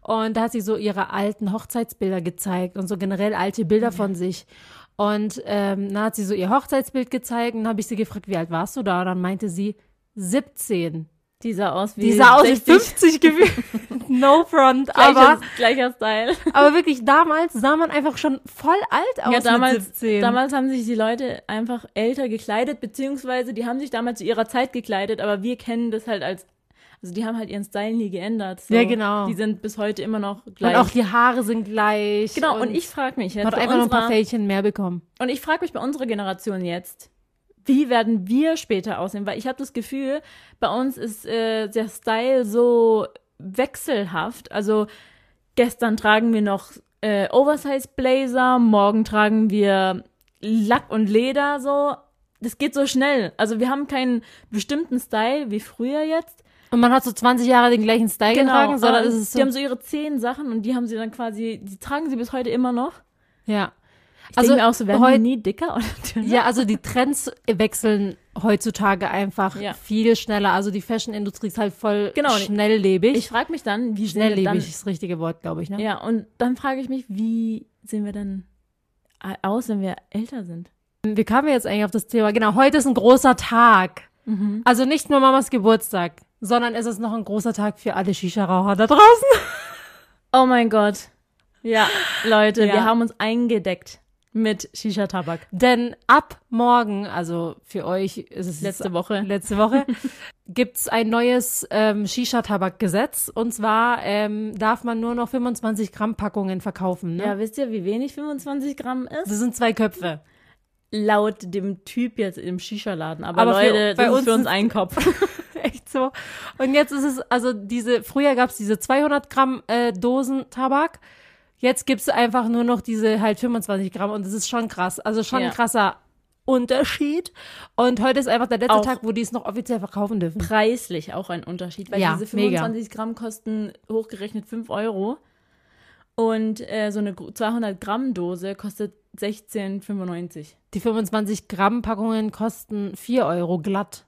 [SPEAKER 3] und da hat sie so ihre alten Hochzeitsbilder gezeigt und so generell alte Bilder von sich. Und ähm, dann hat sie so ihr Hochzeitsbild gezeigt und dann habe ich sie gefragt, wie alt warst du da? Und dann meinte sie 17.
[SPEAKER 2] Die sah aus wie
[SPEAKER 3] Die sah aus wie 50
[SPEAKER 2] 60. *laughs*
[SPEAKER 3] gefühlt. no front, aber,
[SPEAKER 2] Gleicher, gleicher Style.
[SPEAKER 3] aber wirklich damals sah man einfach schon voll alt aus
[SPEAKER 2] Ja,
[SPEAKER 3] mit
[SPEAKER 2] damals,
[SPEAKER 3] 17.
[SPEAKER 2] damals haben sich die Leute einfach älter gekleidet, beziehungsweise die haben sich damals zu ihrer Zeit gekleidet, aber wir kennen das halt als, also die haben halt ihren Style nie geändert. So.
[SPEAKER 3] Ja, genau.
[SPEAKER 2] Die sind bis heute immer noch
[SPEAKER 3] Und
[SPEAKER 2] gleich.
[SPEAKER 3] auch die Haare sind gleich.
[SPEAKER 2] genau, und, ich frage mich jetzt,
[SPEAKER 3] hat
[SPEAKER 2] bei
[SPEAKER 3] einfach noch ein paar
[SPEAKER 2] unserer-
[SPEAKER 3] Fältchen mehr bekommen.
[SPEAKER 2] Und ich frage mich bei unserer Generation jetzt, wie werden wir später aussehen? Weil ich habe das Gefühl, bei uns ist äh, der Style so wechselhaft. Also gestern tragen wir noch äh, Oversize Blazer, morgen tragen wir Lack und Leder so. Das geht so schnell. Also wir haben keinen bestimmten Style wie früher jetzt. Genau.
[SPEAKER 3] Und man hat so 20 Jahre den gleichen Style getragen, sondern es ist
[SPEAKER 2] die
[SPEAKER 3] so,
[SPEAKER 2] haben so ihre zehn Sachen und die haben sie dann quasi, die tragen sie bis heute immer noch.
[SPEAKER 3] ja.
[SPEAKER 2] Ich also mir auch so, werden
[SPEAKER 3] heu-
[SPEAKER 2] die nie dicker oder dünner?
[SPEAKER 3] ja, also die Trends wechseln heutzutage einfach
[SPEAKER 2] Ja.
[SPEAKER 3] viel schneller. Also die Fashion-Industrie ist halt voll
[SPEAKER 2] Genau.
[SPEAKER 3] schnelllebig.
[SPEAKER 2] Ich frage mich dann, wie sehen wir
[SPEAKER 3] schnelllebig
[SPEAKER 2] dann,
[SPEAKER 3] ist das richtige Wort, glaube ich. Ne?
[SPEAKER 2] Ja, und dann frage ich mich, wie sehen wir dann aus, wenn wir älter sind?
[SPEAKER 3] Wie kamen wir jetzt eigentlich auf das Thema? Genau, heute ist ein großer Tag. Also nicht nur Mamas Geburtstag, sondern es ist noch ein großer Tag für alle Shisha-Raucher da draußen. *laughs*
[SPEAKER 2] Oh mein Gott. Ja, Leute,
[SPEAKER 3] Ja.
[SPEAKER 2] wir haben uns eingedeckt mit Shisha-Tabak.
[SPEAKER 3] Denn ab morgen, also für euch ist es jetzt
[SPEAKER 2] Letzte Woche.
[SPEAKER 3] letzte *laughs* Woche, gibt's ein neues ähm, Shisha-Tabakgesetz. Und zwar ähm, darf man nur noch 25 Gramm Packungen verkaufen. Ne?
[SPEAKER 2] Ja, wisst ihr, wie wenig 25 Gramm ist?
[SPEAKER 3] Das sind zwei Köpfe.
[SPEAKER 2] Laut dem Typ jetzt im Shisha-Laden. Aber,
[SPEAKER 3] Aber für-
[SPEAKER 2] Leute,
[SPEAKER 3] bei
[SPEAKER 2] das
[SPEAKER 3] uns
[SPEAKER 2] ist für uns
[SPEAKER 3] ist-
[SPEAKER 2] ein *laughs* Kopf.
[SPEAKER 3] *laughs* Echt so. Und jetzt ist es, also diese, früher gab's diese 200 Gramm äh, Dosen Tabak. Jetzt gibt's einfach nur noch diese halt 25 Gramm. Und das ist schon krass. Also schon
[SPEAKER 2] Ja.
[SPEAKER 3] ein krasser Unterschied. Und heute ist einfach der letzte
[SPEAKER 2] Auch-
[SPEAKER 3] Tag, wo die es noch offiziell verkaufen dürfen.
[SPEAKER 2] preislich auch ein Unterschied, weil
[SPEAKER 3] Ja,
[SPEAKER 2] diese
[SPEAKER 3] mega.
[SPEAKER 2] 25 Gramm kosten hochgerechnet 5 Euro und äh, so eine 200 Gramm Dose kostet 16,95.
[SPEAKER 3] Die 25 Gramm Packungen kosten 4 Euro glatt.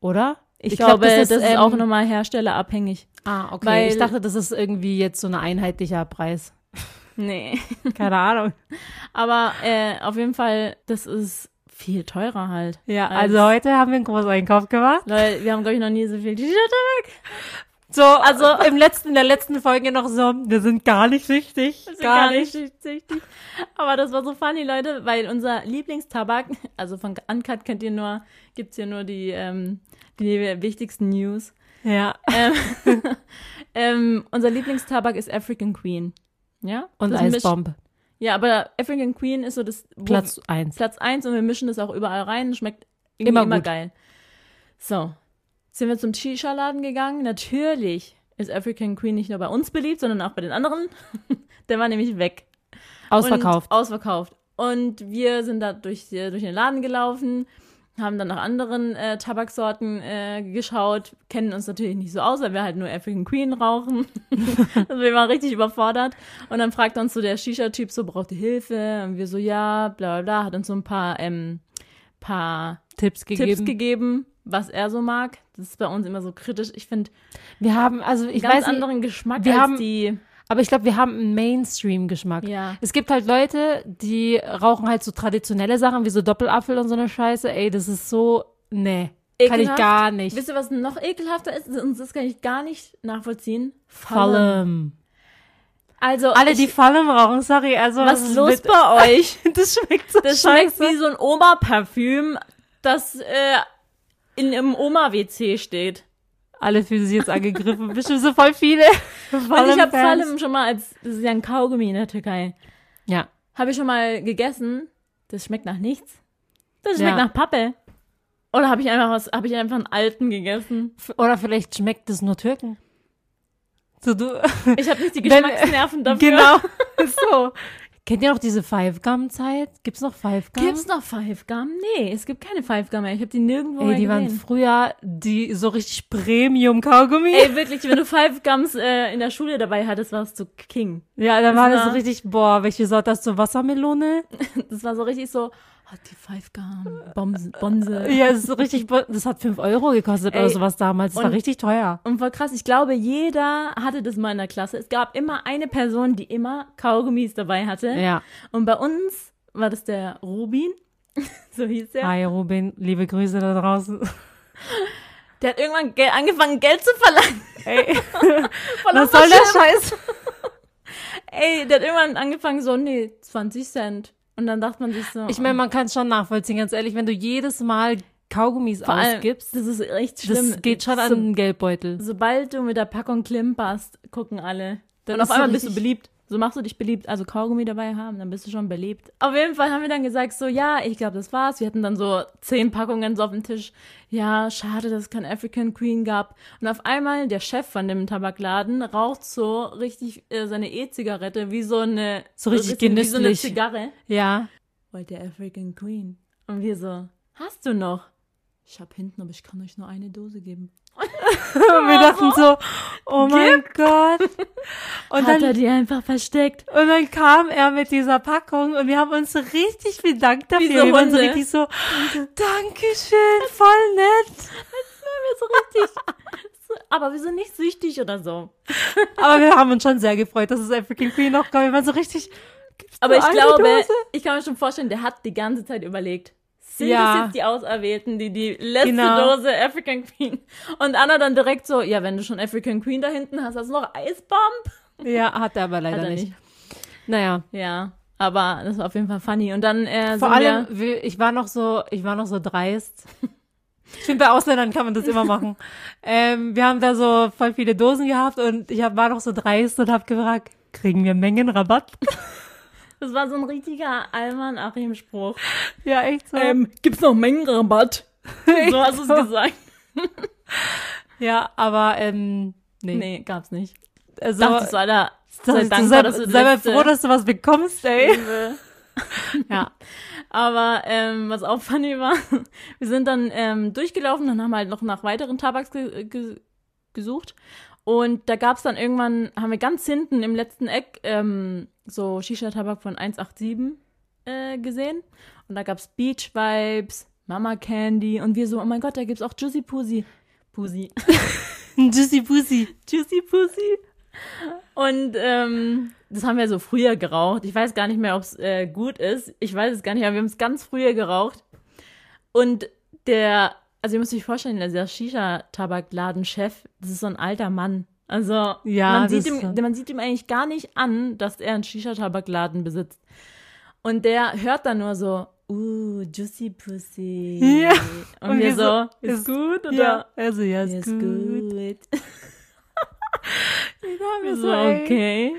[SPEAKER 3] Oder?
[SPEAKER 2] Ich,
[SPEAKER 3] glaub,
[SPEAKER 2] glaube, das ist,
[SPEAKER 3] ähm,
[SPEAKER 2] auch nochmal herstellerabhängig.
[SPEAKER 3] Ah, okay.
[SPEAKER 2] weil-
[SPEAKER 3] ich dachte, das ist irgendwie jetzt so ein einheitlicher Preis.
[SPEAKER 2] Nee. *laughs*
[SPEAKER 3] Keine Ahnung.
[SPEAKER 2] Aber äh, auf jeden Fall, das ist viel teurer halt.
[SPEAKER 3] Ja,
[SPEAKER 2] Als-
[SPEAKER 3] also heute haben wir einen Großeinkauf gemacht.
[SPEAKER 2] Leute, wir haben, glaube ich, noch nie so viel T-Shirt.
[SPEAKER 3] So, also im letzten, in der letzten Folge noch so, wir sind gar nicht richtig. Gar, nicht.
[SPEAKER 2] richtig. Aber das war so funny, Leute, weil unser Lieblingstabak, *laughs* also von Uncut kennt ihr nur, gibt's hier nur die, ähm, die wichtigsten News.
[SPEAKER 3] Ja.
[SPEAKER 2] ähm, ähm, unser Lieblingstabak ist African Queen. Ja?
[SPEAKER 3] Und
[SPEAKER 2] Das misch-
[SPEAKER 3] Eisbombe.
[SPEAKER 2] Ja, aber African Queen ist so das wo-
[SPEAKER 3] Platz 1.
[SPEAKER 2] Platz 1 und wir mischen das auch überall rein. Schmeckt irgendwie
[SPEAKER 3] Immer
[SPEAKER 2] immer,
[SPEAKER 3] gut.
[SPEAKER 2] geil. So. Jetzt sind wir zum Shisha-Laden gegangen. Natürlich ist African Queen nicht nur bei uns beliebt, sondern auch bei den anderen. *laughs* Der war nämlich weg.
[SPEAKER 3] Ausverkauft.
[SPEAKER 2] Und ausverkauft. Und wir sind da durch, die- durch den Laden gelaufen, haben dann nach anderen äh, Tabaksorten äh, geschaut, kennen uns natürlich nicht so aus, weil wir halt nur African Queen rauchen. *laughs* also wir waren richtig überfordert. Und dann fragt uns so der Shisha-Typ so, braucht ihr Hilfe? Und wir so, ja, bla bla bla, hat uns so ein paar, ähm, paar
[SPEAKER 3] Tipps gegeben.
[SPEAKER 2] Tipps gegeben, was er so mag. Das ist bei uns immer so kritisch. Ich finde
[SPEAKER 3] wir haben, also ich
[SPEAKER 2] ganz
[SPEAKER 3] weiß nicht,
[SPEAKER 2] anderen Geschmack
[SPEAKER 3] wir
[SPEAKER 2] als
[SPEAKER 3] haben-
[SPEAKER 2] die.
[SPEAKER 3] aber ich glaube, wir haben einen Mainstream-Geschmack.
[SPEAKER 2] Ja.
[SPEAKER 3] Es gibt halt Leute, die rauchen halt so traditionelle Sachen wie so Doppelapfel und so eine Scheiße. Ey, das ist so, nee. Kann ich
[SPEAKER 2] Ekelhaft.
[SPEAKER 3] gar nicht.
[SPEAKER 2] Wisst ihr, was noch ekelhafter ist? Und das kann ich gar nicht nachvollziehen.
[SPEAKER 3] Fallen.
[SPEAKER 2] Also,
[SPEAKER 3] Alle,
[SPEAKER 2] ich,
[SPEAKER 3] die Fallen rauchen, sorry. Also,
[SPEAKER 2] was
[SPEAKER 3] ist
[SPEAKER 2] ist los
[SPEAKER 3] mit- *laughs*
[SPEAKER 2] *laughs* bei euch?
[SPEAKER 3] Das schmeckt so
[SPEAKER 2] Das schmeckt
[SPEAKER 3] scheiße.
[SPEAKER 2] wie so ein Oma-Parfüm, das äh, in einem Oma-WC steht.
[SPEAKER 3] Alle fühlen sich jetzt angegriffen. *laughs* Bestimmt so voll viele.
[SPEAKER 2] *laughs* Und ich
[SPEAKER 3] Fallen-Fans.
[SPEAKER 2] habe Salem schon mal als, das ist ja ein Kaugummi in der Türkei,
[SPEAKER 3] Ja.
[SPEAKER 2] habe ich schon mal gegessen. Das schmeckt nach nichts. Das
[SPEAKER 3] Ja.
[SPEAKER 2] schmeckt nach Pappe. Oder habe ich einfach was, habe ich einfach einen alten gegessen?
[SPEAKER 3] F- Oder vielleicht schmeckt es nur Türken. So, du.
[SPEAKER 2] Ich habe nicht die
[SPEAKER 3] *laughs* Wenn-
[SPEAKER 2] Geschmacksnerven dafür.
[SPEAKER 3] *laughs* genau. so. Kennt ihr noch diese Five Gum Zeit? Gibt's noch Five Gum?
[SPEAKER 2] *laughs* Gibt's noch Five Gum? Nee, es gibt keine Five Gum mehr. Ich habe die nirgendwo
[SPEAKER 3] Ey,
[SPEAKER 2] mehr
[SPEAKER 3] die waren
[SPEAKER 2] gesehen.
[SPEAKER 3] früher die so richtig Premium Kaugummi.
[SPEAKER 2] Ey, wirklich, wenn du Five Gums äh, in der Schule dabei hattest, warst du King.
[SPEAKER 3] ja, da war das so
[SPEAKER 2] war-
[SPEAKER 3] richtig, boah, welche Sorte hast du? Wassermelone?
[SPEAKER 2] Das war so richtig so, oh, die Five Gum, Bomse, Bonse.
[SPEAKER 3] Ja, das ist so richtig, bo- das hat 5 Euro gekostet oder
[SPEAKER 2] Ey,
[SPEAKER 3] sowas damals. Das war
[SPEAKER 2] und-
[SPEAKER 3] richtig teuer.
[SPEAKER 2] Und voll krass, ich glaube, jeder hatte das mal in der Klasse. Es gab immer eine Person, die immer Kaugummis dabei hatte.
[SPEAKER 3] Ja.
[SPEAKER 2] Und bei uns war das der Rubin, *laughs* so hieß er.
[SPEAKER 3] Hi Robin, liebe Grüße da
[SPEAKER 2] *laughs*
[SPEAKER 3] draußen.
[SPEAKER 2] Der hat irgendwann Gel angefangen, Geld zu verlangen.
[SPEAKER 3] Ey,
[SPEAKER 2] *laughs* Voll
[SPEAKER 3] was soll das Scheiß?
[SPEAKER 2] Ey, der hat irgendwann angefangen, so, nee, 20 Cent. Und dann dachte man sich so, oh,
[SPEAKER 3] Ich meine, man kann schon nachvollziehen, ganz ehrlich, wenn du jedes Mal Kaugummis
[SPEAKER 2] vor allem,
[SPEAKER 3] ausgibst,
[SPEAKER 2] das ist echt schlimm.
[SPEAKER 3] das geht schon an
[SPEAKER 2] so,
[SPEAKER 3] den Geldbeutel.
[SPEAKER 2] Sobald du mit der Packung klimperst, gucken alle.
[SPEAKER 3] Dann
[SPEAKER 2] und auf
[SPEAKER 3] ist so
[SPEAKER 2] einmal bist du
[SPEAKER 3] richtig-
[SPEAKER 2] beliebt. So machst du dich beliebt. Also Kaugummi dabei haben, dann bist du schon beliebt. Auf jeden Fall haben wir dann gesagt, so, ja, ich glaube, das war's. Wir hatten dann so zehn Packungen so auf dem Tisch. Ja, schade, dass es kein African Queen gab. Und auf einmal der Chef von dem Tabakladen raucht so richtig äh, seine E-Zigarette wie so eine,
[SPEAKER 3] So richtig
[SPEAKER 2] wie so- wie so eine
[SPEAKER 3] genüsslich.
[SPEAKER 2] Zigarre. *laughs*
[SPEAKER 3] Ja. *laughs*
[SPEAKER 2] Wollt ihr African Queen? Und wir so, hast du noch? Ich hab hinten, aber ich kann euch nur eine Dose geben.
[SPEAKER 3] Und wir dachten so, oh mein
[SPEAKER 2] *laughs*
[SPEAKER 3] Gott. Und
[SPEAKER 2] Hat er
[SPEAKER 3] dann,
[SPEAKER 2] die einfach versteckt?
[SPEAKER 3] und dann kam er mit dieser Packung und wir haben uns so richtig bedankt dafür.
[SPEAKER 2] so
[SPEAKER 3] wir waren so
[SPEAKER 2] Hunde.
[SPEAKER 3] richtig so, Dankeschön, voll nett.
[SPEAKER 2] Wir *laughs* so richtig. so, aber wir sind nicht süchtig oder so.
[SPEAKER 3] Aber wir haben uns schon sehr gefreut, dass es African Queen noch gab. Wir waren so richtig, gibt's
[SPEAKER 2] Aber
[SPEAKER 3] nur
[SPEAKER 2] ich
[SPEAKER 3] eine
[SPEAKER 2] glaube,
[SPEAKER 3] Dose?
[SPEAKER 2] ich kann mir schon vorstellen, der hat die ganze Zeit überlegt. Sind
[SPEAKER 3] Ja.
[SPEAKER 2] das jetzt die Auserwählten, die die letzte
[SPEAKER 3] Genau.
[SPEAKER 2] Dose African Queen? Und Anna dann direkt so, ja, wenn du schon African Queen da hinten hast, hast du noch Eisbomb?
[SPEAKER 3] Ja, hat er aber leider
[SPEAKER 2] Hat er
[SPEAKER 3] nicht. Naja.
[SPEAKER 2] Ja, aber das war auf jeden Fall funny. Und dann äh,
[SPEAKER 3] Vor
[SPEAKER 2] sind
[SPEAKER 3] allem,
[SPEAKER 2] wir,
[SPEAKER 3] wir- ich war noch so, ich war noch so dreist. Ich finde, bei Ausländern kann man das immer
[SPEAKER 2] *laughs*
[SPEAKER 3] machen. Ähm, wir haben da so voll viele Dosen gehabt und ich hab, war noch so dreist und habe gefragt, kriegen wir Mengenrabatt? *laughs*
[SPEAKER 2] das war so ein richtiger Alman-Achim-Spruch.
[SPEAKER 3] Ja, echt so.
[SPEAKER 2] gibt's noch Mengenrabatt? *laughs* so
[SPEAKER 3] *laughs*
[SPEAKER 2] hast du es gesagt.
[SPEAKER 3] ja, aber ähm, nee.
[SPEAKER 2] Nee, gab's nicht.
[SPEAKER 3] Also,
[SPEAKER 2] Ich dachte, das war der,
[SPEAKER 3] das-
[SPEAKER 2] sei
[SPEAKER 3] du
[SPEAKER 2] dankbar,
[SPEAKER 3] sei,
[SPEAKER 2] dass du äh, die
[SPEAKER 3] sei mal
[SPEAKER 2] letzte- *laughs*
[SPEAKER 3] froh, dass du was bekommst, ey.
[SPEAKER 2] ja. Aber ähm, was auch funny war, *laughs* wir sind dann ähm, durchgelaufen und haben halt noch nach weiteren Tabaks ge ge gesucht. Und da gab es dann irgendwann, haben wir ganz hinten im letzten Eck ähm, so Shisha-Tabak von 187 äh, gesehen. Und da gab es Beach Vibes, Mama Candy und wir so, oh mein Gott, da gibt's auch Juicy Pussy. Pussy.
[SPEAKER 3] Juicy Pussy.
[SPEAKER 2] Juicy Pussy. Und ähm, das haben wir so früher geraucht. Ich weiß gar nicht mehr, ob es äh, gut ist. Ich weiß es gar nicht, aber wir haben es ganz früher geraucht. Und der, also ihr müsst euch vorstellen, der Shisha-Tabakladenchef, das ist so ein alter Mann. Also
[SPEAKER 3] Ja,
[SPEAKER 2] man,
[SPEAKER 3] das
[SPEAKER 2] sieht ihm,
[SPEAKER 3] ist-
[SPEAKER 2] man sieht ihm eigentlich gar nicht an, dass er einen Shisha-Tabakladen besitzt. Und der hört dann nur so, uh, Juicy Pussy.
[SPEAKER 3] Ja.
[SPEAKER 2] Und, wir so, ist gut, oder?
[SPEAKER 3] Ja, also ja, ist,
[SPEAKER 2] Ist
[SPEAKER 3] gut.
[SPEAKER 2] gut.
[SPEAKER 3] Wir
[SPEAKER 2] So, okay.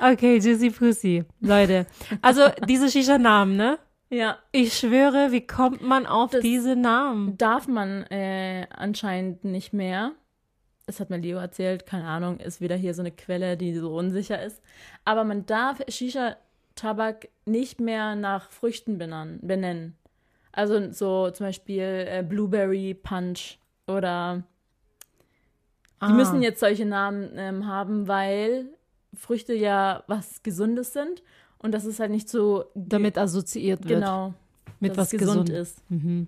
[SPEAKER 3] Okay, Juicy Pussy. Leute, also diese Shisha-Namen, ne?
[SPEAKER 2] Ja,
[SPEAKER 3] Ich schwöre, wie kommt man auf
[SPEAKER 2] Das-
[SPEAKER 3] diese Namen?
[SPEAKER 2] darf man äh, anscheinend nicht mehr. Das hat mir Leo erzählt, keine Ahnung, ist wieder hier so eine Quelle, die so unsicher ist. Aber man darf Shisha-Tabak nicht mehr nach Früchten benan- benennen. Also so zum Beispiel äh, Blueberry Punch oder
[SPEAKER 3] Ah.
[SPEAKER 2] Die müssen jetzt solche Namen ähm, haben, weil Früchte ja was Gesundes sind und das ist halt nicht so ge-
[SPEAKER 3] damit assoziiert wird.
[SPEAKER 2] genau
[SPEAKER 3] mit
[SPEAKER 2] dass
[SPEAKER 3] was
[SPEAKER 2] es gesund,
[SPEAKER 3] gesund.
[SPEAKER 2] ist.
[SPEAKER 3] Mhm.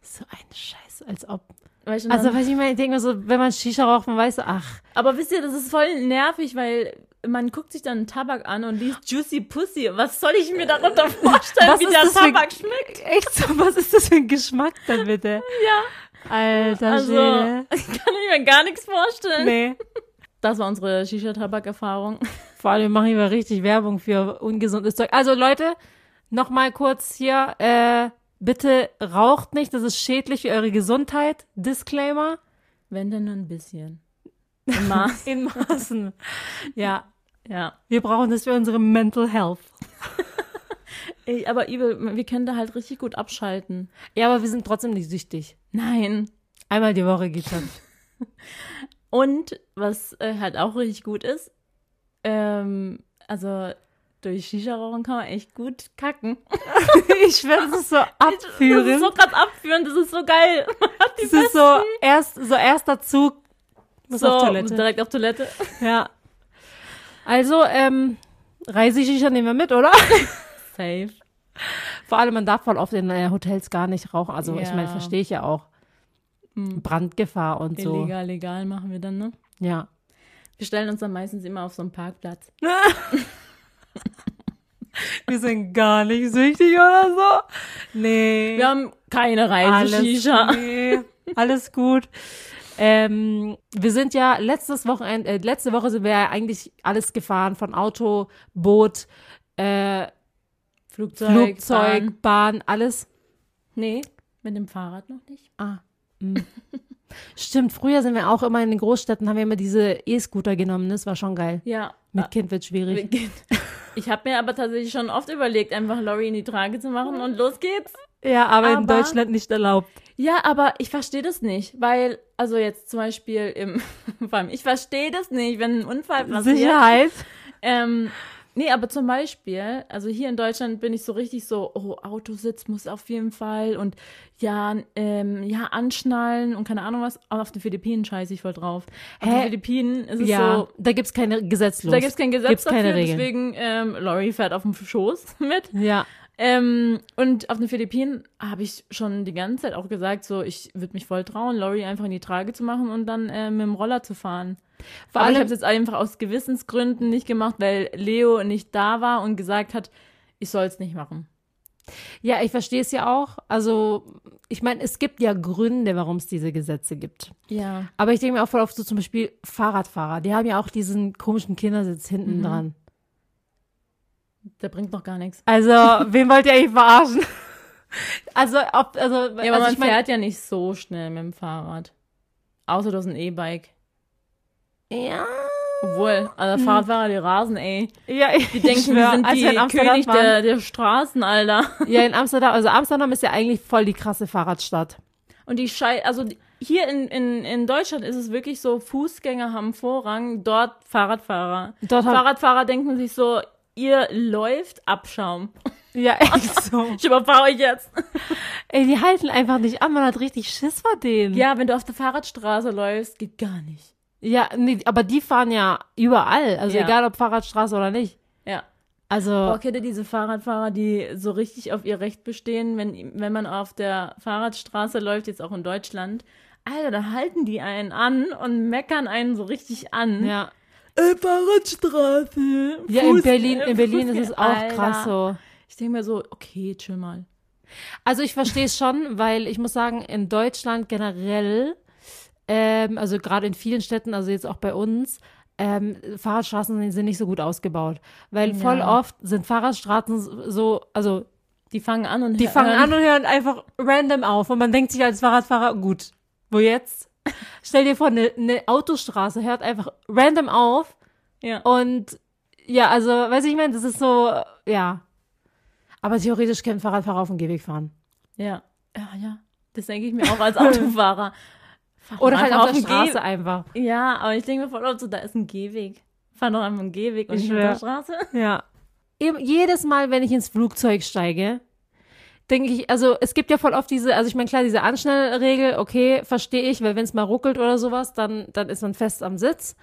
[SPEAKER 3] So ein Scheiß, als ob.
[SPEAKER 2] Weißt du,
[SPEAKER 3] Also,
[SPEAKER 2] dann-
[SPEAKER 3] was ich meine, ich denke mir so, wenn man Shisha raucht, man weiß, ach,
[SPEAKER 2] aber wisst ihr, das ist voll nervig, weil man guckt sich dann Tabak an und liest Juicy Pussy. Was soll ich mir darunter vorstellen,
[SPEAKER 3] Äh, was
[SPEAKER 2] wie
[SPEAKER 3] ist
[SPEAKER 2] der
[SPEAKER 3] das für-
[SPEAKER 2] Tabak schmeckt?
[SPEAKER 3] echt so, was ist das für ein Geschmack dann bitte? Ja. Alter
[SPEAKER 2] Also
[SPEAKER 3] Schwede.
[SPEAKER 2] kann *laughs* ich mir gar nichts vorstellen.
[SPEAKER 3] Nee.
[SPEAKER 2] Das war unsere Shisha-Tabak-Erfahrung.
[SPEAKER 3] Vor allem machen wir richtig Werbung für ungesundes Zeug. Also Leute, nochmal kurz hier, äh, bitte raucht nicht, das ist schädlich für eure Gesundheit. Disclaimer. *laughs*
[SPEAKER 2] Wenn denn nur ein bisschen. Im Maß.
[SPEAKER 3] In Maßen. ja,
[SPEAKER 2] ja.
[SPEAKER 3] wir brauchen das für unsere Mental Health.
[SPEAKER 2] Ey, aber Evil, wir können da halt richtig gut abschalten.
[SPEAKER 3] Ja, aber wir sind trotzdem nicht süchtig.
[SPEAKER 2] Nein.
[SPEAKER 3] Einmal die Woche geht schon.
[SPEAKER 2] Und was äh, halt auch richtig gut ist, ähm, also durch Shisha-Rauchen kann man echt gut kacken.
[SPEAKER 3] *laughs*
[SPEAKER 2] *laughs*
[SPEAKER 3] ich schwöre, das ist so
[SPEAKER 2] Das ist
[SPEAKER 3] abführend.
[SPEAKER 2] so krass abführend, das ist so geil. Man hat die
[SPEAKER 3] Das ist so, erst, so erster Zug. Muss
[SPEAKER 2] so
[SPEAKER 3] auf Toilette.
[SPEAKER 2] direkt auf Toilette.
[SPEAKER 3] Ja. Also, ähm, Reiseshisha nehmen wir mit, oder?
[SPEAKER 2] Safe.
[SPEAKER 3] Vor allem, man darf voll oft in äh, Hotels gar nicht rauchen. Also, ich
[SPEAKER 2] Ja.
[SPEAKER 3] meine, verstehe ich ja Hm. auch. Brandgefahr und so.
[SPEAKER 2] Illegal, legal machen wir dann, ne?
[SPEAKER 3] Ja.
[SPEAKER 2] Wir stellen uns dann meistens immer auf so einen Parkplatz.
[SPEAKER 3] *laughs* Wir sind gar nicht süchtig oder so. Nee.
[SPEAKER 2] Wir haben keine Reise Shisha.
[SPEAKER 3] *laughs* nee, alles gut. Ähm, wir sind ja letztes Wochenende, äh, letzte Woche sind wir ja eigentlich alles gefahren, von Auto, Boot, äh,
[SPEAKER 2] Flugzeug,
[SPEAKER 3] Flugzeug,
[SPEAKER 2] Bahn.
[SPEAKER 3] Bahn. alles.
[SPEAKER 2] Nee, mit dem Fahrrad noch nicht.
[SPEAKER 3] Ah. mm. *laughs* Stimmt, früher sind wir auch immer in den Großstädten, haben wir immer diese E-Scooter genommen, das war schon geil.
[SPEAKER 2] Ja.
[SPEAKER 3] Mit Kind wird schwierig.
[SPEAKER 2] Ich habe mir aber tatsächlich schon oft überlegt, einfach Lori in die Trage zu machen und los geht's.
[SPEAKER 3] Ja, aber,
[SPEAKER 2] in Deutschland
[SPEAKER 3] nicht erlaubt.
[SPEAKER 2] Ja, aber ich verstehe das nicht, weil, also jetzt zum Beispiel im, *laughs* vor allem, ich verstehe das nicht, wenn ein Unfall passiert.
[SPEAKER 3] Sicherheit.
[SPEAKER 2] Ähm, nee, aber zum Beispiel, also hier in Deutschland bin ich so richtig so, oh, Autositz muss auf jeden Fall und ja, ähm, ja, anschnallen und keine Ahnung was. Aber auf den Philippinen scheiße ich voll drauf. Auf den
[SPEAKER 3] Hä?
[SPEAKER 2] Philippinen ist es
[SPEAKER 3] Ja,
[SPEAKER 2] so,
[SPEAKER 3] da gibt's keine Gesetzlos.
[SPEAKER 2] da gibt's kein Gesetz
[SPEAKER 3] Gibt's keine
[SPEAKER 2] dafür,
[SPEAKER 3] Regeln.
[SPEAKER 2] deswegen ähm, Lori fährt auf dem Schoß *laughs* mit.
[SPEAKER 3] Ja.
[SPEAKER 2] Ähm, und auf den Philippinen habe ich schon die ganze Zeit auch gesagt, so ich würde mich voll trauen, Lori einfach in die Trage zu machen und dann äh, mit dem Roller zu fahren.
[SPEAKER 3] Vor
[SPEAKER 2] Aber ich
[SPEAKER 3] allem-
[SPEAKER 2] habe es jetzt einfach aus Gewissensgründen nicht gemacht, weil Leo nicht da war und gesagt hat, ich soll es nicht machen.
[SPEAKER 3] Ja, ich verstehe es ja auch. Also, ich meine, es gibt ja Gründe, warum es diese Gesetze gibt.
[SPEAKER 2] Ja.
[SPEAKER 3] Aber ich denke mir auch voll oft so zum Beispiel Fahrradfahrer, die haben ja auch diesen komischen Kindersitz hinten
[SPEAKER 2] Mhm.
[SPEAKER 3] dran.
[SPEAKER 2] Der bringt noch gar nichts.
[SPEAKER 3] Also, wen wollt ihr eigentlich verarschen? *laughs* Also, ob, also,
[SPEAKER 2] Ja, aber
[SPEAKER 3] also
[SPEAKER 2] man
[SPEAKER 3] ich mein-
[SPEAKER 2] fährt ja nicht so schnell mit dem Fahrrad. Außer du hast ein E-Bike.
[SPEAKER 3] Ja,
[SPEAKER 2] Obwohl, also Fahrradfahrer, die rasen, ey.
[SPEAKER 3] ja ich
[SPEAKER 2] Die denken,
[SPEAKER 3] schwör,
[SPEAKER 2] wir sind
[SPEAKER 3] als
[SPEAKER 2] die
[SPEAKER 3] wir in Amsterdam
[SPEAKER 2] König
[SPEAKER 3] waren,
[SPEAKER 2] der, der Straßen, Alter.
[SPEAKER 3] Ja, in Amsterdam, also Amsterdam ist ja eigentlich voll die krasse Fahrradstadt.
[SPEAKER 2] Und die Schei also die- hier in, in, in Deutschland ist es wirklich so, Fußgänger haben Vorrang, dort Fahrradfahrer.
[SPEAKER 3] Dort haben-
[SPEAKER 2] Fahrradfahrer denken sich so, ihr läuft Abschaum. *laughs*
[SPEAKER 3] Ja, echt so.
[SPEAKER 2] Ich überfahre euch jetzt.
[SPEAKER 3] *laughs* Ey, die halten einfach nicht an, man hat richtig Schiss vor denen.
[SPEAKER 2] Ja, wenn du auf der Fahrradstraße läufst, geht gar nicht.
[SPEAKER 3] Ja, nee, aber die fahren ja überall. Also
[SPEAKER 2] Ja.
[SPEAKER 3] egal ob Fahrradstraße oder nicht.
[SPEAKER 2] Ja.
[SPEAKER 3] Also,
[SPEAKER 2] Boah, Oh, kennt ihr diese Fahrradfahrer, die so richtig auf ihr Recht bestehen, wenn, wenn man auf der Fahrradstraße läuft, jetzt auch in Deutschland? Alter, da halten die einen an und meckern einen so richtig an.
[SPEAKER 3] ja.
[SPEAKER 2] Ey, Fahrradstraße.
[SPEAKER 3] Ja, in
[SPEAKER 2] Fuß-
[SPEAKER 3] Berlin,
[SPEAKER 2] äh,
[SPEAKER 3] in Berlin
[SPEAKER 2] Fußgänger-
[SPEAKER 3] ist es auch
[SPEAKER 2] Alter.
[SPEAKER 3] krass so.
[SPEAKER 2] Ich denke mir so, okay, chill mal.
[SPEAKER 3] Also ich verstehe es schon, weil ich muss sagen, in Deutschland generell, ähm, also gerade in vielen Städten, also jetzt auch bei uns, ähm, Fahrradstraßen sind nicht so gut ausgebaut. Weil voll
[SPEAKER 2] Ja.
[SPEAKER 3] oft sind Fahrradstraßen so, also
[SPEAKER 2] Die fangen an und
[SPEAKER 3] die fangen an und hören einfach random auf. Und man denkt sich als Fahrradfahrer, gut, wo jetzt? *laughs* Stell dir vor, eine ne Autostraße hört einfach random auf
[SPEAKER 2] Ja.
[SPEAKER 3] und ja, also, weiß ich, ich meine, das ist so, ja. Aber theoretisch können Fahrradfahrer auf dem Gehweg fahren.
[SPEAKER 2] ja. Ja, ja. Das denke ich mir auch als Autofahrer. Fahr
[SPEAKER 3] Oder halt
[SPEAKER 2] einfach
[SPEAKER 3] auf der
[SPEAKER 2] dem
[SPEAKER 3] Straße
[SPEAKER 2] Geh-
[SPEAKER 3] einfach.
[SPEAKER 2] *laughs* Ja, aber ich denke mir voll oft so, da ist ein Gehweg. Fahr doch einfach einen Gehweg und
[SPEAKER 3] Ich
[SPEAKER 2] nicht auf der
[SPEAKER 3] schwör.
[SPEAKER 2] Straße.
[SPEAKER 3] Ja. Jedes Mal, wenn ich ins Flugzeug steige, denke ich, also es gibt ja voll oft diese, also ich meine, klar, diese Anschnellregel, okay, verstehe ich, weil wenn es mal ruckelt oder sowas, dann, dann ist man fest am Sitz.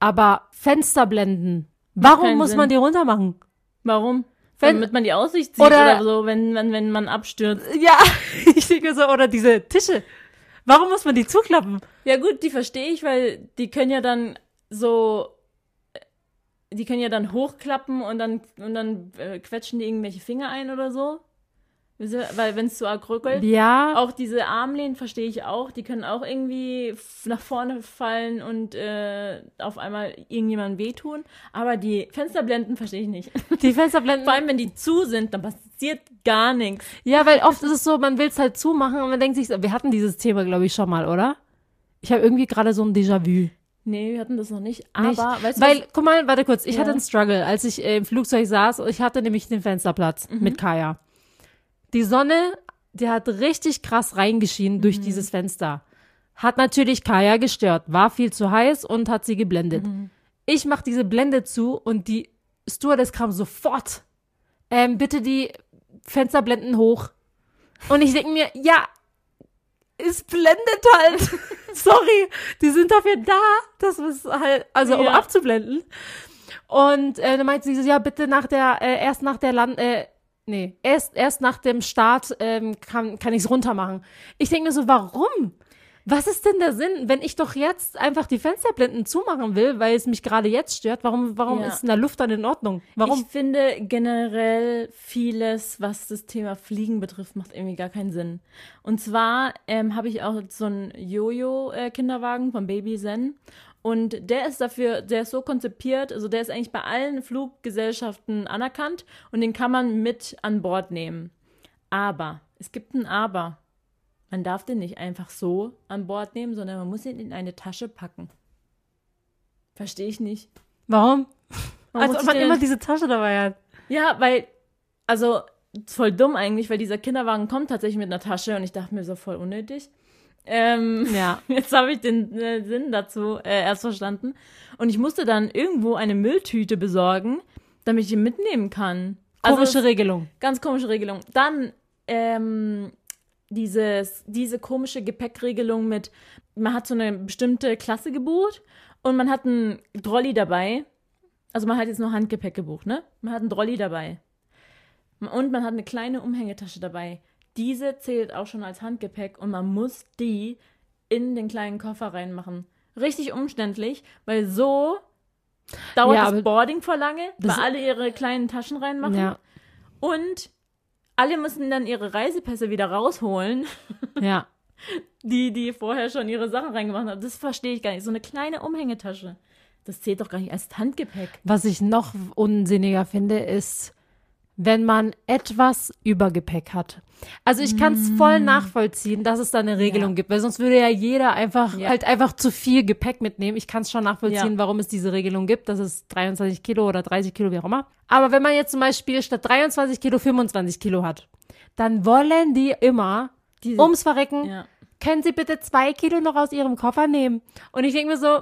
[SPEAKER 3] Aber Fensterblenden, warum
[SPEAKER 2] keinen
[SPEAKER 3] muss
[SPEAKER 2] Sinn.
[SPEAKER 3] man die runter machen?
[SPEAKER 2] Warum?
[SPEAKER 3] Wenn-
[SPEAKER 2] Damit man die Aussicht sieht
[SPEAKER 3] Oder-
[SPEAKER 2] oder, so, wenn, wenn, wenn man abstürzt.
[SPEAKER 3] Ja, *laughs* ich denke so, oder diese Tische. Warum muss man die zuklappen?
[SPEAKER 2] Ja gut, die verstehe ich, weil die können ja dann so, äh, die können ja dann hochklappen und dann und dann äh, quetschen die irgendwelche Finger ein oder so. Wisst ihr, Weil wenn es zu arg rückelt.
[SPEAKER 3] Ja,
[SPEAKER 2] Auch diese Armlehnen verstehe ich auch. Die können auch irgendwie f- nach vorne fallen und äh, auf einmal irgendjemandem wehtun. Aber die Fensterblenden verstehe ich nicht.
[SPEAKER 3] die Fensterblenden.
[SPEAKER 2] Vor allem, wenn die zu sind, dann passiert gar nichts.
[SPEAKER 3] Ja, weil oft ist es so, man will's halt zumachen und man denkt sich, so, wir hatten dieses Thema, glaube ich, schon mal, oder? Ich habe irgendwie gerade so ein Déjà-vu.
[SPEAKER 2] Nee, wir hatten das noch nicht. Aber,
[SPEAKER 3] Nicht?
[SPEAKER 2] weißt du,
[SPEAKER 3] weil, guck mal, warte kurz, ich
[SPEAKER 2] Ja.
[SPEAKER 3] hatte einen Struggle, als ich äh, im Flugzeug saß. Ich hatte nämlich den Fensterplatz
[SPEAKER 2] Mhm.
[SPEAKER 3] mit Kaya. Die Sonne, die hat richtig krass reingeschienen durch
[SPEAKER 2] Mhm.
[SPEAKER 3] dieses Fenster. Hat natürlich Kaya gestört, war viel zu heiß und hat sie geblendet.
[SPEAKER 2] Mhm.
[SPEAKER 3] Ich mach diese Blende zu und die Stewardess kam sofort. Ähm, bitte die Fensterblenden hoch. Und ich denke mir, ja, es blendet
[SPEAKER 2] *laughs*
[SPEAKER 3] halt. Sorry, die sind dafür da, dass wir es halt, also um
[SPEAKER 2] Ja.
[SPEAKER 3] abzublenden. Und äh, dann meinte sie so, ja, bitte nach der, äh, erst nach der Land, äh, nee, erst, erst nach dem Start ähm, kann, kann ich es runter machen. Ich denke mir so, warum? Was ist denn der Sinn, wenn ich doch jetzt einfach die Fensterblenden zumachen will, weil es mich gerade jetzt stört? Warum, warum
[SPEAKER 2] Ja.
[SPEAKER 3] ist in der Luft dann in Ordnung? Warum?
[SPEAKER 2] Ich finde generell vieles, was das Thema Fliegen betrifft, macht irgendwie gar keinen Sinn. Und zwar ähm, habe ich auch so einen Jojo-Kinderwagen von Baby Zen. Und der ist dafür, der ist so konzipiert, also der ist eigentlich bei allen Fluggesellschaften anerkannt und den kann man mit an Bord nehmen. Aber, es gibt ein Aber. Man darf den nicht einfach so an Bord nehmen, sondern man muss ihn in eine Tasche packen. Verstehe ich nicht.
[SPEAKER 3] warum?
[SPEAKER 2] Warum
[SPEAKER 3] Als ob
[SPEAKER 2] muss ich
[SPEAKER 3] Also man
[SPEAKER 2] den-
[SPEAKER 3] immer diese Tasche dabei hat.
[SPEAKER 2] Ja, weil, also, ist voll dumm eigentlich, weil dieser Kinderwagen kommt tatsächlich mit einer Tasche und ich dachte mir so voll unnötig. Ähm, *laughs*
[SPEAKER 3] Ja.
[SPEAKER 2] jetzt habe ich den äh, Sinn dazu äh, erst verstanden. Und ich musste dann irgendwo eine Mülltüte besorgen, damit ich ihn mitnehmen kann.
[SPEAKER 3] Komische
[SPEAKER 2] also,
[SPEAKER 3] Regelung.
[SPEAKER 2] ganz komische Regelung. Dann, ähm, dieses, diese komische Gepäckregelung mit, man hat so eine bestimmte Klasse gebucht und man hat einen Drolli dabei. Also man hat jetzt nur Handgepäck gebucht, ne? Man hat einen Drolli dabei. Und man hat eine kleine Umhängetasche dabei. Diese zählt auch schon als Handgepäck und man muss die in den kleinen Koffer reinmachen. Richtig umständlich, weil so dauert
[SPEAKER 3] Ja, aber-
[SPEAKER 2] das Boarding vor lange,
[SPEAKER 3] Das-
[SPEAKER 2] weil alle ihre kleinen Taschen reinmachen.
[SPEAKER 3] Ja.
[SPEAKER 2] Und alle müssen dann ihre Reisepässe wieder rausholen,
[SPEAKER 3] Ja.
[SPEAKER 2] die, die vorher schon ihre Sachen reingemacht haben. Das verstehe ich gar nicht. So eine kleine Umhängetasche. Das zählt doch gar nicht als Handgepäck.
[SPEAKER 3] Was ich noch unsinniger finde, ist, wenn man etwas Übergepäck hat. Also ich kann es voll nachvollziehen, dass es da eine Regelung
[SPEAKER 2] Ja.
[SPEAKER 3] gibt, weil sonst würde ja jeder einfach
[SPEAKER 2] Ja.
[SPEAKER 3] halt einfach zu viel Gepäck mitnehmen. Ich kann es schon nachvollziehen,
[SPEAKER 2] Ja.
[SPEAKER 3] warum es diese Regelung gibt, dass es 23 Kilo oder 30 Kilo, wie auch immer. Aber wenn man jetzt zum Beispiel statt 23 Kilo 25 Kilo hat, dann wollen die immer
[SPEAKER 2] Diese-
[SPEAKER 3] ums Verrecken
[SPEAKER 2] Ja.
[SPEAKER 3] können Sie bitte zwei Kilo noch aus Ihrem Koffer nehmen? Und ich denke mir so,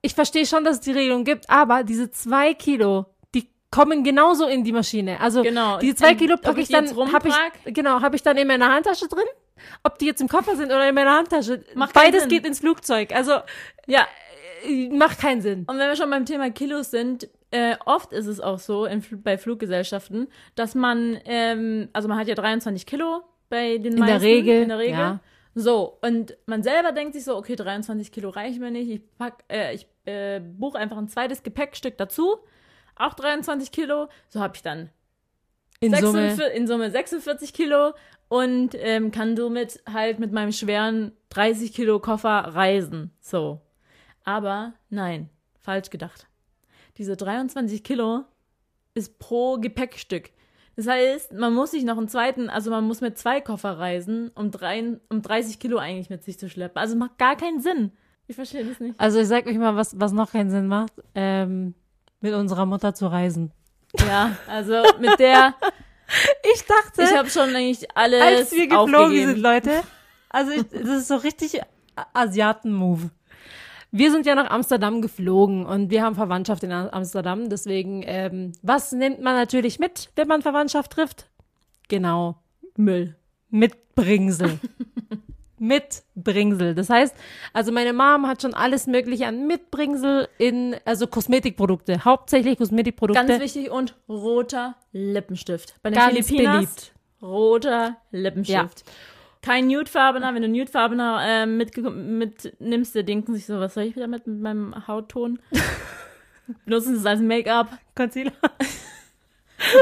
[SPEAKER 3] ich verstehe schon, dass es die Regelung gibt, aber diese zwei Kilo, die kommen genauso in die Maschine. Also
[SPEAKER 2] Genau.
[SPEAKER 3] die zwei
[SPEAKER 2] Ähm,
[SPEAKER 3] Kilo
[SPEAKER 2] ob
[SPEAKER 3] packe
[SPEAKER 2] ich
[SPEAKER 3] ich
[SPEAKER 2] die
[SPEAKER 3] dann,
[SPEAKER 2] jetzt
[SPEAKER 3] habe
[SPEAKER 2] rumtrag?
[SPEAKER 3] ich, genau, habe ich dann in meiner Handtasche drin. Ob die jetzt im Koffer sind oder in meiner Handtasche.
[SPEAKER 2] Macht keinen
[SPEAKER 3] Beides
[SPEAKER 2] Sinn.
[SPEAKER 3] geht ins Flugzeug. Also
[SPEAKER 2] Ja,
[SPEAKER 3] äh, macht keinen Sinn.
[SPEAKER 2] Und wenn wir schon beim Thema Kilos sind, äh, oft ist es auch so in, Fl- bei Fluggesellschaften, dass man, ähm, also man hat ja 23 Kilo bei den meisten.
[SPEAKER 3] der Regel,
[SPEAKER 2] In der Regel.
[SPEAKER 3] ja.
[SPEAKER 2] So, und man selber denkt sich so, okay, 23 Kilo reichen mir nicht, ich pack, äh, ich äh, buche einfach ein zweites Gepäckstück dazu, auch 23 Kilo, so habe ich dann
[SPEAKER 3] In Summe.
[SPEAKER 2] 46, in Summe 46 Kilo und ähm, kann somit halt mit meinem schweren 30 Kilo Koffer reisen. So. Aber nein, falsch gedacht. Diese 23 Kilo ist pro Gepäckstück. Das heißt, man muss sich noch einen zweiten, also man muss mit zwei Koffer reisen, um, drei, um 30 Kilo eigentlich mit sich zu schleppen. Also macht gar keinen Sinn. Ich verstehe das nicht.
[SPEAKER 3] Also ich sag euch mal, was, was noch keinen Sinn macht, ähm, mit unserer Mutter zu reisen.
[SPEAKER 2] Ja, also
[SPEAKER 3] *laughs*
[SPEAKER 2] mit der,
[SPEAKER 3] Ich dachte,
[SPEAKER 2] ich habe schon eigentlich alles
[SPEAKER 3] als wir geflogen
[SPEAKER 2] aufgegeben.
[SPEAKER 3] sind, Leute. Also ich, das ist so richtig A- Asiaten-Move. Wir sind ja nach Amsterdam geflogen und wir haben Verwandtschaft in A- Amsterdam. Deswegen, ähm, was nimmt man natürlich mit, wenn man Verwandtschaft trifft? Genau,
[SPEAKER 2] Müll. *laughs*
[SPEAKER 3] Mitbringsel. Mitbringsel. Das heißt, also meine Mom hat schon alles Mögliche an Mitbringsel in, also Kosmetikprodukte, hauptsächlich Kosmetikprodukte.
[SPEAKER 2] Ganz wichtig und roter Lippenstift. Bei den
[SPEAKER 3] Ganz
[SPEAKER 2] Filipinas
[SPEAKER 3] beliebt.
[SPEAKER 2] roter Lippenstift. Kein Nudefarbener, wenn du Nudefarbener äh, mitge- mitnimmst, die denken sich so, was soll ich damit mit meinem
[SPEAKER 3] *laughs*
[SPEAKER 2] Hautton? Benutzen es als Make-up.
[SPEAKER 3] Concealer.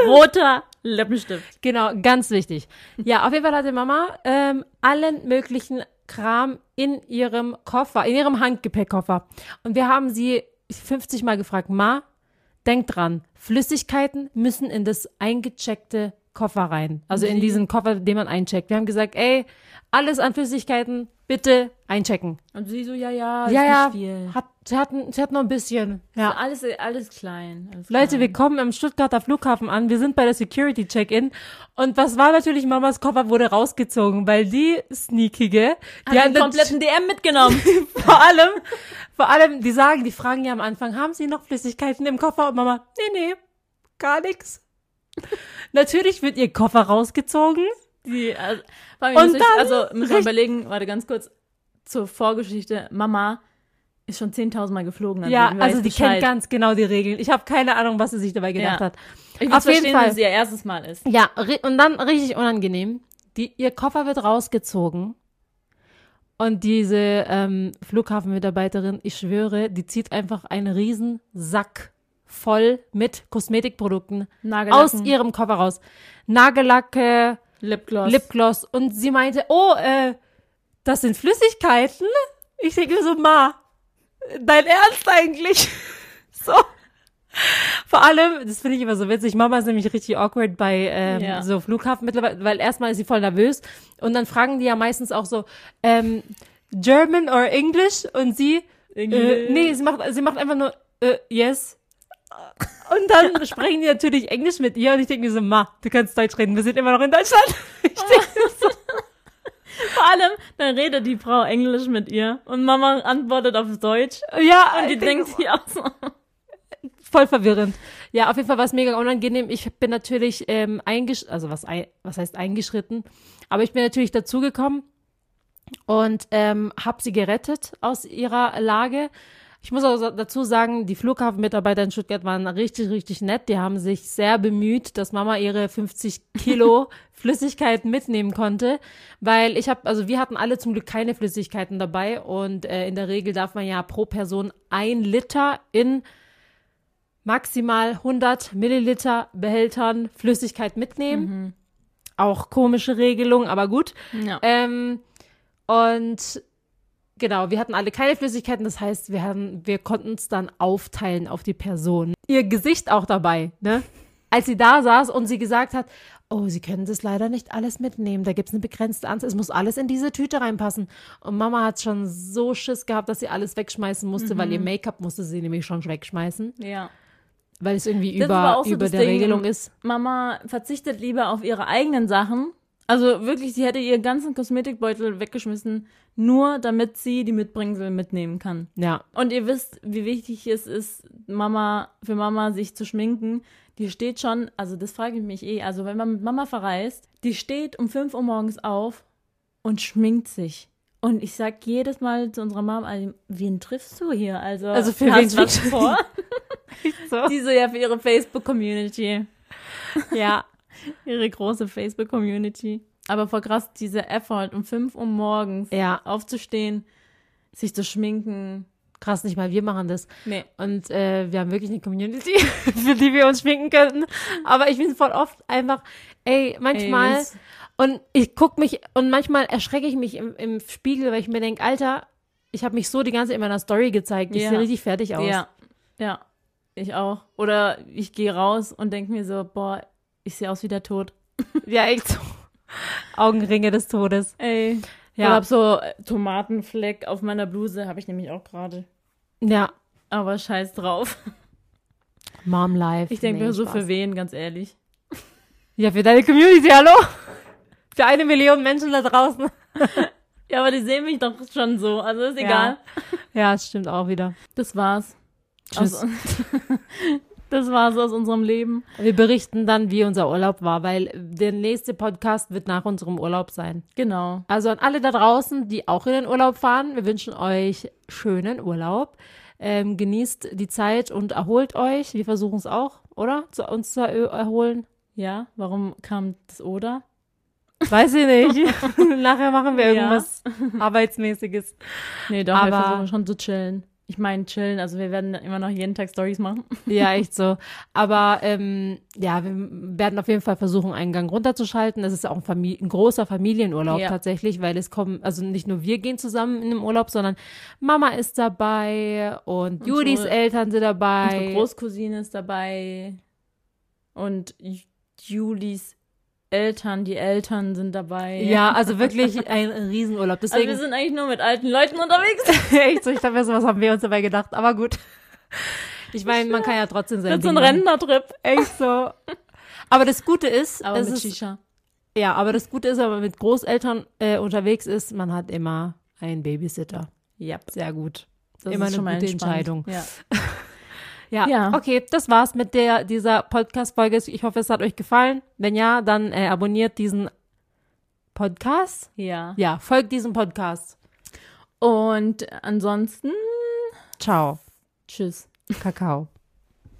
[SPEAKER 2] Roter Lippenstift.
[SPEAKER 3] Genau, ganz wichtig. Ja, auf jeden Fall hatte Mama ähm, allen möglichen Kram in ihrem Koffer, in ihrem Handgepäckkoffer. Und wir haben sie 50 Mal gefragt, Ma, denk dran, Flüssigkeiten müssen in das eingecheckte Koffer rein. Also
[SPEAKER 2] Mhm.
[SPEAKER 3] in diesen Koffer, den man eincheckt. Wir haben gesagt, ey, alles an Flüssigkeiten, bitte einchecken.
[SPEAKER 2] Und sie so, ja, ja,
[SPEAKER 3] ja, ja,
[SPEAKER 2] ist nicht viel.
[SPEAKER 3] hat, sie, hat, sie hat noch ein bisschen. Ja.
[SPEAKER 2] Alles, alles klein. Alles
[SPEAKER 3] Leute, wir
[SPEAKER 2] klein.
[SPEAKER 3] kommen am Stuttgarter Flughafen an. Wir sind bei der Security Check-in. Und was war natürlich? Mamas Koffer wurde rausgezogen, weil die Sneakige, die
[SPEAKER 2] wir
[SPEAKER 3] haben
[SPEAKER 2] haben den
[SPEAKER 3] dann
[SPEAKER 2] kompletten DM mitgenommen.
[SPEAKER 3] *laughs* vor allem, vor allem, die sagen, die fragen ja am Anfang, haben sie noch Flüssigkeiten im Koffer? Und Mama, nee, nee, gar nix. *laughs* natürlich wird ihr Koffer rausgezogen.
[SPEAKER 2] Die, also, vor allem
[SPEAKER 3] Und
[SPEAKER 2] muss ich,
[SPEAKER 3] dann-
[SPEAKER 2] also müssen wir
[SPEAKER 3] Richtig.
[SPEAKER 2] überlegen, warte ganz kurz zur Vorgeschichte. Mama ist schon 10.000 Mal geflogen. Also
[SPEAKER 3] ja,
[SPEAKER 2] die weiß
[SPEAKER 3] also die
[SPEAKER 2] Bescheid.
[SPEAKER 3] kennt ganz genau die Regeln. Ich habe keine Ahnung, was sie sich dabei gedacht
[SPEAKER 2] Ja.
[SPEAKER 3] hat.
[SPEAKER 2] Ich
[SPEAKER 3] Auf
[SPEAKER 2] muss verstehen,
[SPEAKER 3] jeden Fall.
[SPEAKER 2] wenn sie ihr erstes Mal ist.
[SPEAKER 3] Ja, ri- und dann richtig unangenehm. Die, ihr Koffer wird rausgezogen. Und diese ähm, Flughafenmitarbeiterin, ich schwöre, die zieht einfach einen riesen Sack voll mit Kosmetikprodukten
[SPEAKER 2] Nagellacken,
[SPEAKER 3] aus ihrem Koffer raus. äh, Nagellacke,
[SPEAKER 2] Lipgloss.
[SPEAKER 3] Lipgloss. Und sie meinte, oh, äh, das sind Flüssigkeiten? Ich denke mir so, Ma, dein Ernst eigentlich? *laughs* so. Vor allem, das finde ich immer so witzig, Mama ist nämlich richtig awkward bei ähm,
[SPEAKER 2] Ja.
[SPEAKER 3] so Flughafen mittlerweile, weil erstmal ist sie voll nervös und dann fragen die ja meistens auch so, ähm, German or English? Und sie, äh,
[SPEAKER 2] Englisch.
[SPEAKER 3] nee, sie macht, sie macht einfach nur, äh, yes. Und dann sprechen die natürlich Englisch mit ihr und ich denke mir so, Ma, du kannst Deutsch reden, wir sind immer noch in Deutschland.
[SPEAKER 2] Vor allem, dann redet die Frau Englisch mit ihr und Mama antwortet auf Deutsch.
[SPEAKER 3] Ja,
[SPEAKER 2] Und die
[SPEAKER 3] ich denk-
[SPEAKER 2] denkt sich auch so.
[SPEAKER 3] voll verwirrend. Ja, auf jeden Fall war es mega unangenehm. Ich bin natürlich ähm, eingesch also was, ei- was heißt eingeschritten, aber ich bin natürlich dazugekommen und ähm, habe sie gerettet aus ihrer Lage. Ich muss auch dazu sagen, die Flughafenmitarbeiter in Stuttgart waren richtig, richtig nett. Die haben sich sehr bemüht, dass Mama ihre 50 Kilo Flüssigkeiten mitnehmen konnte, weil ich habe, also wir hatten alle zum Glück keine Flüssigkeiten dabei und äh, in der Regel darf man ja pro Person ein Liter in maximal 100 Milliliter Behältern Flüssigkeit mitnehmen. Auch komische Regelung, aber gut.
[SPEAKER 2] Ja.
[SPEAKER 3] Ähm, und genau, wir hatten alle keine Flüssigkeiten, das heißt, wir, haben- wir konnten es dann aufteilen auf die Person. Ihr Gesicht auch dabei, ne? Als sie da saß und sie gesagt hat, oh, sie können das leider nicht alles mitnehmen, da gibt es eine begrenzte Anzahl, es muss alles in diese Tüte reinpassen. Und Mama hat schon so Schiss gehabt, dass sie alles wegschmeißen musste, weil ihr Make-up musste sie nämlich schon wegschmeißen,
[SPEAKER 2] ja.
[SPEAKER 3] weil es irgendwie
[SPEAKER 2] Das ist aber
[SPEAKER 3] über,
[SPEAKER 2] auch so
[SPEAKER 3] über
[SPEAKER 2] das
[SPEAKER 3] der
[SPEAKER 2] Ding,
[SPEAKER 3] Regelung ist.
[SPEAKER 2] Mama verzichtet lieber auf ihre eigenen Sachen, Also wirklich, sie hätte ihren ganzen Kosmetikbeutel weggeschmissen, nur damit sie die Mitbringsel mitnehmen kann.
[SPEAKER 3] Ja.
[SPEAKER 2] Und ihr wisst, wie wichtig es ist, Mama, für Mama sich zu schminken. Die steht schon, also das frage ich mich eh, also wenn man mit Mama verreist, die steht um 5 Uhr morgens auf und schminkt sich. Und ich sag jedes Mal zu unserer Mom, also, wen triffst du hier? Also,
[SPEAKER 3] Also für
[SPEAKER 2] hast
[SPEAKER 3] wen
[SPEAKER 2] du was
[SPEAKER 3] triffst du
[SPEAKER 2] vor? *laughs*
[SPEAKER 3] So.
[SPEAKER 2] Die so ja für ihre Facebook-Community.
[SPEAKER 3] Ja.
[SPEAKER 2] Ihre große Facebook-Community. Aber voll krass, dieser Effort, um 5 Uhr morgens
[SPEAKER 3] Ja.
[SPEAKER 2] aufzustehen, sich zu schminken.
[SPEAKER 3] Krass, nicht mal wir machen das.
[SPEAKER 2] Nee.
[SPEAKER 3] Und äh, wir haben wirklich eine Community, *laughs* für die wir uns schminken könnten. Aber ich bin voll oft einfach, ey, manchmal.
[SPEAKER 2] Ey,
[SPEAKER 3] und ich guck mich, und manchmal erschrecke ich mich im, im Spiegel, weil ich mir denk, Alter, ich habe mich so die ganze in meiner Story gezeigt. Ich
[SPEAKER 2] Ja.
[SPEAKER 3] sehe richtig fertig aus.
[SPEAKER 2] Ja. Ja. Ich auch. Oder ich gehe raus und denke mir so, boah, ich sehe aus wie der Tod.
[SPEAKER 3] *laughs* ja echt so. Augenringe des Todes.
[SPEAKER 2] Ey. Ja.
[SPEAKER 3] Ja.
[SPEAKER 2] Oder hab so äh, Tomatenfleck auf meiner Bluse, habe ich nämlich auch gerade.
[SPEAKER 3] Ja.
[SPEAKER 2] Aber scheiß *laughs* drauf.
[SPEAKER 3] Mom Life.
[SPEAKER 2] Ich denke
[SPEAKER 3] Nee,
[SPEAKER 2] mir so,
[SPEAKER 3] Spaß.
[SPEAKER 2] für wen, ganz ehrlich.
[SPEAKER 3] Ja, für deine Community, hallo? *laughs* Für eine Million Menschen da draußen.
[SPEAKER 2] Ja, aber die sehen mich doch schon so, also ist
[SPEAKER 3] Ja.
[SPEAKER 2] egal.
[SPEAKER 3] Ja, das stimmt auch wieder.
[SPEAKER 2] Das war's.
[SPEAKER 3] Tschüss.
[SPEAKER 2] *laughs* Aus, das war's aus unserem Leben.
[SPEAKER 3] Wir berichten dann, wie unser Urlaub war, weil der nächste Podcast wird nach unserem Urlaub sein.
[SPEAKER 2] Genau.
[SPEAKER 3] Also an alle da draußen, die auch in den Urlaub fahren, wir wünschen euch schönen Urlaub. Ähm, genießt die Zeit und erholt euch. Wir versuchen es auch, oder? Zu uns zu er erholen.
[SPEAKER 2] Ja, warum kam das oder?
[SPEAKER 3] Weiß ich nicht. *laughs* Nachher machen wir
[SPEAKER 2] Ja.
[SPEAKER 3] irgendwas Arbeitsmäßiges.
[SPEAKER 2] Nee, doch, wir
[SPEAKER 3] Aber-
[SPEAKER 2] versuchen schon zu chillen. Ich meine, chillen, also wir werden immer noch jeden Tag Stories machen.
[SPEAKER 3] Ja, echt so. Aber ähm, ja, wir werden auf jeden Fall versuchen, einen Gang runterzuschalten. Das ist auch ein, Famili ein großer Familienurlaub
[SPEAKER 2] Ja.
[SPEAKER 3] tatsächlich, weil es kommen, also nicht nur wir gehen zusammen in den Urlaub, sondern Mama ist dabei und
[SPEAKER 2] Unsere-
[SPEAKER 3] Judis Eltern sind
[SPEAKER 2] Unsere
[SPEAKER 3] dabei.
[SPEAKER 2] Großcousine ist dabei und Ju- Julis Eltern, die Eltern sind dabei.
[SPEAKER 3] Ja, also wirklich ein Riesenurlaub.
[SPEAKER 2] Also
[SPEAKER 3] Deswegen,
[SPEAKER 2] wir sind eigentlich nur mit alten Leuten
[SPEAKER 3] *laughs*
[SPEAKER 2] unterwegs.
[SPEAKER 3] echt so, ich dachte mir so, was haben wir uns dabei gedacht, aber gut. Ich meine, man kann ja genau. trotzdem sein
[SPEAKER 2] *laughs* Mit so
[SPEAKER 3] Ding
[SPEAKER 2] einem
[SPEAKER 3] machen.
[SPEAKER 2] Rentnertrip.
[SPEAKER 3] Echt so. Aber das Gute ist,
[SPEAKER 2] Aber
[SPEAKER 3] es
[SPEAKER 2] mit
[SPEAKER 3] ist
[SPEAKER 2] Shisha.
[SPEAKER 3] Ja, aber das Gute ist, wenn man mit Großeltern äh, unterwegs ist, man hat immer einen Babysitter.
[SPEAKER 2] Ja.
[SPEAKER 3] Sehr gut.
[SPEAKER 2] Das
[SPEAKER 3] immer
[SPEAKER 2] ist
[SPEAKER 3] eine
[SPEAKER 2] schon mal
[SPEAKER 3] gute
[SPEAKER 2] entspannt.
[SPEAKER 3] Entscheidung.
[SPEAKER 2] Ja.
[SPEAKER 3] Ja.
[SPEAKER 2] Ja.
[SPEAKER 3] okay, das war's mit der dieser Podcast-Folge. Ich hoffe, es hat euch gefallen. Wenn ja, dann äh, abonniert diesen Podcast.
[SPEAKER 2] ja.
[SPEAKER 3] Ja, folgt diesem Podcast.
[SPEAKER 2] Und ansonsten,
[SPEAKER 3] Ciao.
[SPEAKER 2] tschüss.
[SPEAKER 3] Kakao.